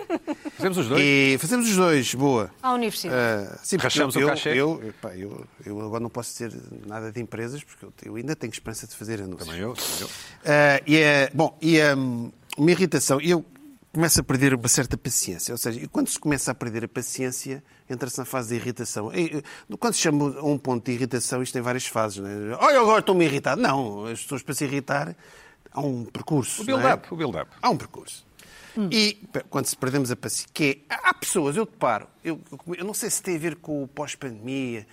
Speaker 1: Fazemos os dois.
Speaker 2: E fazemos os dois, boa.
Speaker 3: À universidade.
Speaker 1: Eh,
Speaker 2: Ah, sim, porque
Speaker 1: Rachamos
Speaker 2: eu,
Speaker 1: o cachê.
Speaker 2: Eu, eu, pá, eu- eu agora não posso dizer nada de empresas, porque eu, eu ainda tenho esperança de fazer anúncios.
Speaker 1: Também eu, também eu.
Speaker 2: Ah, e é, bom, e a minha irritação, eu começo a perder uma certa paciência. Ou seja, e quando se começa a perder a paciência, entra-se na fase de irritação. E, eh, quando se chama a um ponto de irritação, isto tem várias fases. Não é? Olha, agora estou-me irritado. Não, as pessoas para se irritar há um percurso.
Speaker 1: O
Speaker 2: não é?
Speaker 1: build-up, o build-up.
Speaker 2: Há um percurso. E pe- quando se perdemos a paciência, que é, há há pessoas, eu deparo, eu, eu- eu não sei se tem a ver com o pós-pandemia,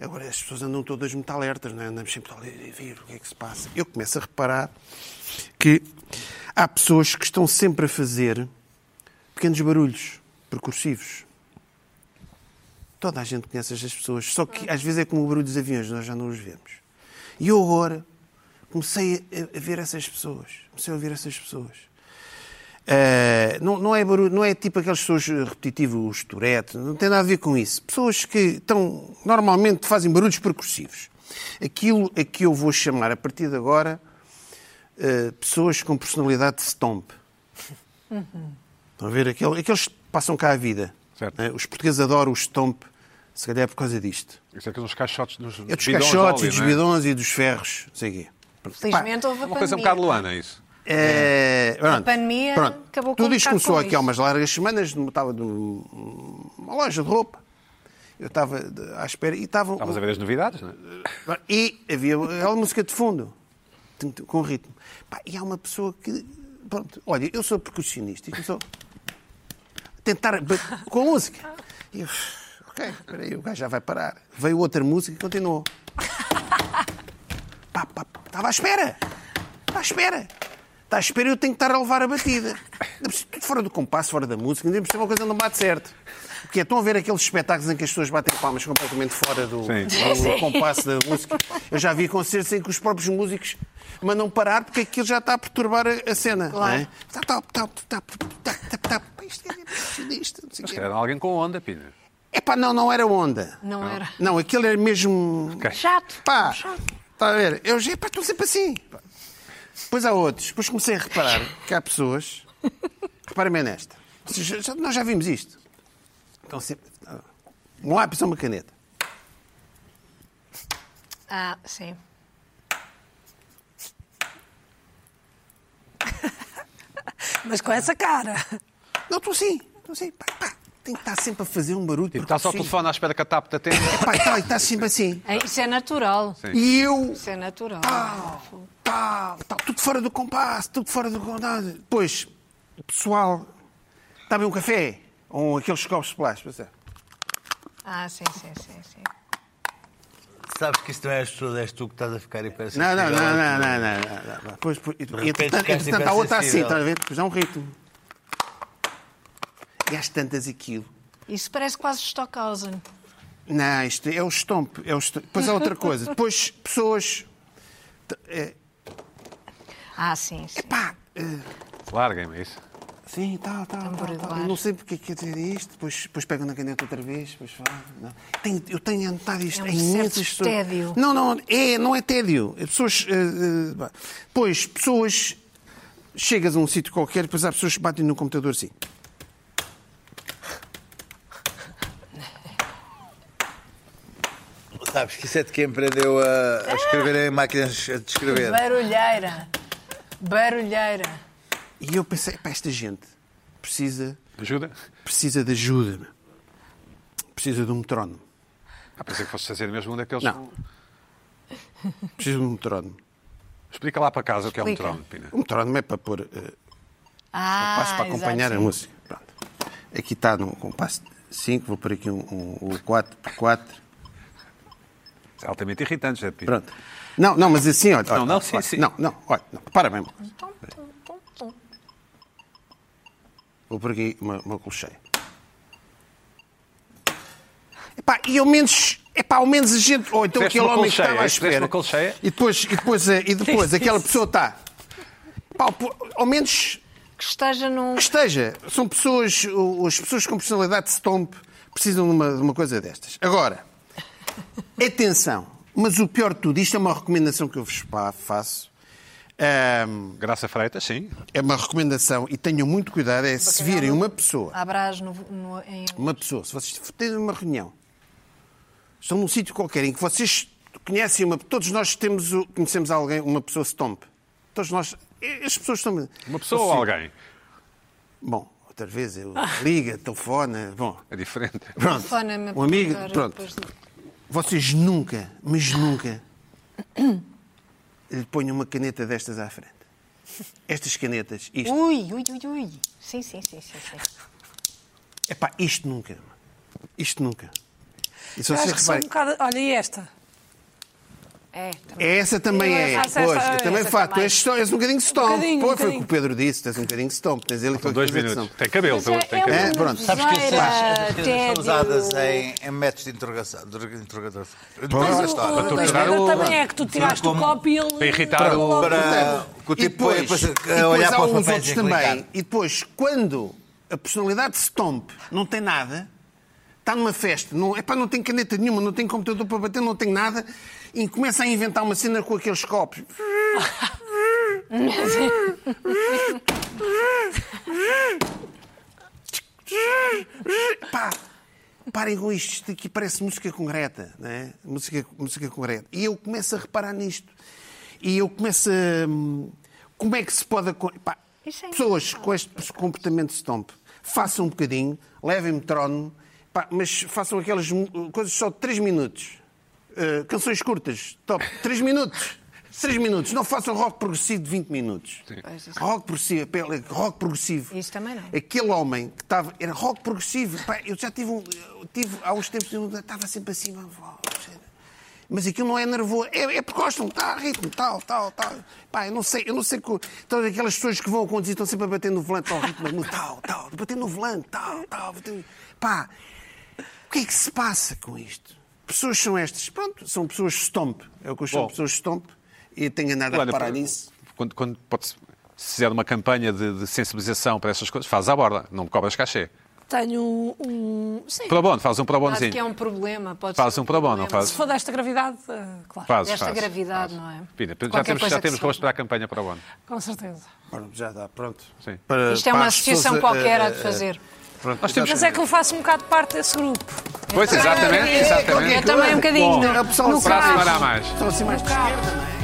Speaker 2: agora as pessoas andam todas muito alertas, não é? andamos sempre a ler e ver o que é que se passa. Eu começo a reparar que há pessoas que estão sempre a fazer pequenos barulhos percursivos. Toda a gente conhece estas pessoas, só que às vezes é como o barulho dos aviões, nós já não os vemos. E eu agora comecei a, a ver essas pessoas, comecei a ouvir essas pessoas. Uh, não, não é barulho, não é tipo aqueles pessoas repetitivos, os Tourette, não tem nada a ver com isso. Pessoas que estão, normalmente fazem barulhos percursivos. Aquilo a que eu vou chamar a partir de agora uh, pessoas com personalidade de stomp. Estão a ver? Aquele, aqueles que passam cá a vida.
Speaker 1: Certo.
Speaker 2: né? Os portugueses adoram o stomp, se calhar é por causa disto.
Speaker 1: Isso é que é dos caixotes, dos
Speaker 2: É dos
Speaker 1: bidões de
Speaker 2: caixotes
Speaker 1: óleo,
Speaker 2: e dos
Speaker 1: não é?
Speaker 2: bidões e dos ferros, não sei o quê.
Speaker 3: Felizmente houve
Speaker 1: É
Speaker 3: a
Speaker 1: uma coisa um
Speaker 3: pandemia.
Speaker 1: bocado Luana, isso.
Speaker 2: É, pronto.
Speaker 3: pandemia acabou com um
Speaker 2: Tudo isto
Speaker 3: bocado
Speaker 2: começou
Speaker 3: com
Speaker 2: aqui
Speaker 3: isso.
Speaker 2: há umas largas semanas, num- estava numa loja de roupa. Eu estava de- à espera e estava.
Speaker 1: Estavas a ver as novidades, não é?
Speaker 2: E havia aquela música de fundo, tum, tum, com ritmo. Pá, e há uma pessoa que. Pronto, olha, eu sou percussionista e começou a tentar ba- com a música. E eu, ok, espera aí, o gajo já vai parar. Veio outra música e continuou. Pá, pá, pá, estava à espera. Está à espera. Está à espera e eu tenho que estar a levar a batida. Ainda por cima, Tudo fora do compasso, fora da música, ainda por cima, uma coisa que não bate certo. Porque é, estão a ver aqueles espetáculos em que as pessoas batem palmas completamente fora do,
Speaker 1: Sim.
Speaker 2: do
Speaker 3: é.
Speaker 2: compasso da música. Eu já vi concertos em que os próprios músicos mandam parar porque aquilo já está a perturbar a, a cena. Claro. Não é? Tá, tá, tá, tá, tá, tá, tá. Pá, Isto é isto, não sei
Speaker 1: Isto
Speaker 2: o quê.
Speaker 1: Era alguém com onda, Pina.
Speaker 2: Epá, não, não era onda.
Speaker 3: Não era.
Speaker 2: Não, aquele era mesmo.
Speaker 3: Chato.
Speaker 2: Pá,
Speaker 3: Chato.
Speaker 2: está a ver? Eu já, pá, estou sempre assim. Pá. Depois há outros. Depois comecei a reparar que há pessoas. Reparem bem nesta. Vocês já- já- nós já vimos isto. Então, sempre... Um lápis ou uma caneta.
Speaker 3: Ah, sim.
Speaker 4: Mas com essa cara.
Speaker 2: Não, estou assim. Estou assim. Pá, pá. tem que estar sempre a fazer um barulho.
Speaker 1: Tipo,
Speaker 2: porque
Speaker 1: está só o
Speaker 2: sim.
Speaker 1: telefone à espera que a TAP te atenda.
Speaker 2: Pá, está, está sempre assim.
Speaker 7: É, Isso é natural.
Speaker 2: E eu,
Speaker 7: Isso é natural.
Speaker 1: Ah.
Speaker 2: tal, tal, tudo fora do compasso, tudo fora do compasso. Depois, o pessoal, está bem um café? Ou aqueles copos de plástico? pois é.
Speaker 7: Ah, sim, sim, sim. sim.
Speaker 6: Sabes que isso não é as pessoas, és tu que estás a ficar hipersensível.
Speaker 2: Não, não, não, não, não, não, não, não. Pois, pois,
Speaker 6: repente
Speaker 2: entretanto,
Speaker 6: ficas
Speaker 2: entretanto, a outra assim,
Speaker 6: hipersensível.
Speaker 2: estás a ver? Depois dá um ritmo. E às tantas aquilo.
Speaker 7: Isso parece quase Stockhausen.
Speaker 2: Não, isto é o estompe. É o estompe. Depois há outra coisa. Depois, pessoas. t- eh,
Speaker 7: Ah, sim, sim.
Speaker 2: Pá! eh,
Speaker 1: Larguem-me é isso.
Speaker 2: Sim, tá, tal, tal,
Speaker 7: Tambor de
Speaker 2: tal, tal.
Speaker 7: bar.
Speaker 2: Eu não sei porque é que eu dizer isto, depois, depois pego na caneta outra vez, depois falo. Não. Tenho- eu tenho anotado isto.
Speaker 7: É um
Speaker 2: em imensas
Speaker 7: certo
Speaker 2: pessoas.
Speaker 7: tédio.
Speaker 2: Não, não, é, não é tédio. É Pessoas. eh, eh, bah. pois, pessoas. Chegas a um sítio qualquer, depois há pessoas que batem no computador assim.
Speaker 6: Sabes que isso é de quem aprendeu a, a escrever em máquinas de escrever.
Speaker 7: Barulheira. Barulheira.
Speaker 2: E eu pensei, pá, esta gente precisa,
Speaker 1: Ajuda?
Speaker 2: precisa de ajuda. meu. Precisa de um metrónomo.
Speaker 1: Ah, pensei que fosse fazer mesmo um daqueles.
Speaker 2: Não. Precisa de um metrónomo.
Speaker 1: Explica lá para casa o que é um
Speaker 7: Explica.
Speaker 1: metrónomo, Pina.
Speaker 2: O metrónomo é para pôr. eh, um
Speaker 7: Ah,
Speaker 2: passo para
Speaker 7: exato,
Speaker 2: acompanhar a
Speaker 7: sim.
Speaker 2: música. Pronto. Aqui está no um compasso 5, vou pôr aqui um- um- o 4 por 4.
Speaker 1: É altamente irritante, já te digo.
Speaker 2: Pronto. Não, não, mas assim, olha. olha,
Speaker 1: Não, não,
Speaker 2: olha,
Speaker 1: sim,
Speaker 2: olha,
Speaker 1: sim.
Speaker 2: Não, não, olha, não, para bem. Vou pôr aqui uma, uma colcheia. Epá, e ao menos, epá, ao menos a gente. Ou então
Speaker 1: Fizeste
Speaker 2: aquele
Speaker 1: uma
Speaker 2: homem que
Speaker 1: colcheia,
Speaker 2: estava à
Speaker 1: fizeste
Speaker 2: espera.
Speaker 1: uma colcheia?
Speaker 2: E depois, e depois, eh, e depois aquela pessoa está. Pá, pô, ao menos
Speaker 7: Que esteja num.
Speaker 2: que esteja. São pessoas, o- as pessoas com personalidade de stomp precisam de uma, de uma coisa destas. Agora, atenção, mas o pior de tudo, isto é uma recomendação que eu vos fa- faço. Ahm,
Speaker 1: Graça Freitas, sim.
Speaker 2: é uma recomendação e tenham muito cuidado, é se virem uma pessoa
Speaker 7: Abrás no, no, em...
Speaker 2: uma pessoa, se vocês têm uma reunião, estão num sítio qualquer em que vocês conhecem uma. Todos nós temos o- conhecemos alguém, uma pessoa stomp. Todos nós. As pessoas estão.
Speaker 1: Uma pessoa ou alguém.
Speaker 2: Bom, outra vez, eu liga, telefona. Bom,
Speaker 1: É diferente.
Speaker 2: pronto.
Speaker 7: Telefona-me
Speaker 2: Um amigo,
Speaker 7: para-
Speaker 2: pronto.
Speaker 7: depois de-
Speaker 2: Vocês nunca, mas nunca, lhe ponham uma caneta destas à frente. Estas canetas,
Speaker 4: Um?
Speaker 2: isto.
Speaker 7: Ui, ui, ui, ui. Sim, sim, sim, sim. sim.
Speaker 2: Epá, isto nunca. Isto nunca. E se
Speaker 4: Eu
Speaker 2: vocês
Speaker 4: acho que sou um
Speaker 2: reparem,
Speaker 4: bocado. Olha, e esta?
Speaker 7: É, também.
Speaker 2: é essa também
Speaker 4: Eu
Speaker 2: é.
Speaker 4: faço essa-
Speaker 2: pois, eu também
Speaker 4: essa
Speaker 2: fato.
Speaker 4: também.
Speaker 2: És, és um bocadinho stomp.
Speaker 4: bocadinho, um
Speaker 2: pois, foi o que
Speaker 4: bocadinho.
Speaker 2: o Pedro disse. Tens um bocadinho stomp. Tens ele
Speaker 1: São
Speaker 2: qualquer
Speaker 1: dois
Speaker 2: coisa de
Speaker 1: minutos.
Speaker 2: stomp.
Speaker 1: Tem cabelo, tem
Speaker 7: um
Speaker 1: tem cabelo.
Speaker 2: É, pronto.
Speaker 6: Sabes que essas, essas coisas são
Speaker 7: tédio.
Speaker 6: usadas em, em métodos de interrogação. De interrogação.
Speaker 4: Mas
Speaker 6: Para-
Speaker 4: o,
Speaker 6: para-
Speaker 4: o da
Speaker 1: torturar
Speaker 4: esquerda
Speaker 1: o-
Speaker 4: também é que tu tiraste o
Speaker 6: Como-
Speaker 4: copo e ele.
Speaker 1: Para irritar o-
Speaker 6: Para que o
Speaker 2: E
Speaker 6: tipo põe
Speaker 2: depois,
Speaker 6: para-
Speaker 2: e
Speaker 6: a
Speaker 2: depois
Speaker 6: olhar
Speaker 2: há
Speaker 6: para os
Speaker 2: uns
Speaker 6: papéis é
Speaker 2: outros
Speaker 6: e a
Speaker 2: também.
Speaker 6: clicar.
Speaker 2: E depois, quando a personalidade de Stomp não tem nada, está numa festa, não, epá, não tem caneta nenhuma, não tem computador para bater, não tem nada, e começa a inventar uma cena com aqueles copos. Pá, parem com isto, isto aqui parece música concreta, não é? Música, música concreta. E eu começo a reparar nisto. E eu começo a. hum, Como é que se pode. aco- Pá,
Speaker 7: Isso é
Speaker 2: pessoas com este comportamento de stomp, façam um bocadinho, levem metrónomo, pá, mas façam aquelas mu- coisas só de 3 minutos. Uh, canções curtas, top, 3 minutos. 3 minutos, não façam rock progressivo de 20 minutos.
Speaker 7: Pois, isso-
Speaker 2: Rock progressivo, pele- rock progressivo.
Speaker 7: Isso também não.
Speaker 2: Aquele homem que estava. Era rock progressivo. Pá, eu já tive, um, eu tive há uns tempos, eu estava sempre assim. mas, ó, Mas aquilo não é nervoso. É, é porque gostam, está a ritmo, tal, tal, tal. Pá, eu não sei, eu não sei. co- Todas aquelas pessoas que vão a conduzir estão sempre a bater no volante ao ritmo, da música, tal, tal, batendo no volante, tal, tal. Batendo... Pá, o que é que se passa com isto? Pessoas são estas. Pronto, são pessoas stomp. É o que eu chamo
Speaker 1: Bom.
Speaker 2: pessoas stomp. E tenho nada a
Speaker 1: Olha,
Speaker 2: reparar
Speaker 1: por-
Speaker 2: nisso.
Speaker 1: Quando, quando pode-se- se fizer uma campanha de, de sensibilização para essas coisas, faz à borda, não me cobras cachê.
Speaker 4: Tenho um. Sim.
Speaker 1: Pro bono, faz um pro
Speaker 7: Acho
Speaker 1: bonozinho.
Speaker 7: que é um problema. Pode
Speaker 1: Faz
Speaker 7: ser
Speaker 1: um pro bono,
Speaker 7: problema.
Speaker 1: não faz?
Speaker 4: Se for desta gravidade, eh, claro.
Speaker 1: Faz,
Speaker 7: Desta
Speaker 1: faz.
Speaker 7: gravidade, não é?
Speaker 1: Pina, já
Speaker 7: Qualquer
Speaker 1: temos,
Speaker 7: coisa
Speaker 1: já
Speaker 7: que
Speaker 1: temos
Speaker 7: se-
Speaker 1: rosto para a campanha para o ano.
Speaker 4: Com certeza.
Speaker 2: Pronto, já dá, pronto.
Speaker 1: Sim.
Speaker 2: Para-
Speaker 7: Isto é
Speaker 2: para
Speaker 7: uma
Speaker 2: as
Speaker 7: associação
Speaker 2: pessoas,
Speaker 7: qualquer
Speaker 2: eh,
Speaker 7: a de fazer.
Speaker 2: Pronto,
Speaker 1: Nós temos-
Speaker 4: Mas é que eu faço um bocado parte desse grupo.
Speaker 1: Pois, exatamente,
Speaker 7: Eu
Speaker 1: exatamente.
Speaker 7: também um bocadinho.
Speaker 1: Bom, um
Speaker 7: no-
Speaker 2: é o pessoal
Speaker 7: no
Speaker 2: que se faz.
Speaker 1: Para a
Speaker 7: carro.
Speaker 1: semana há mais.
Speaker 2: estão assim mais de esquerda, não é?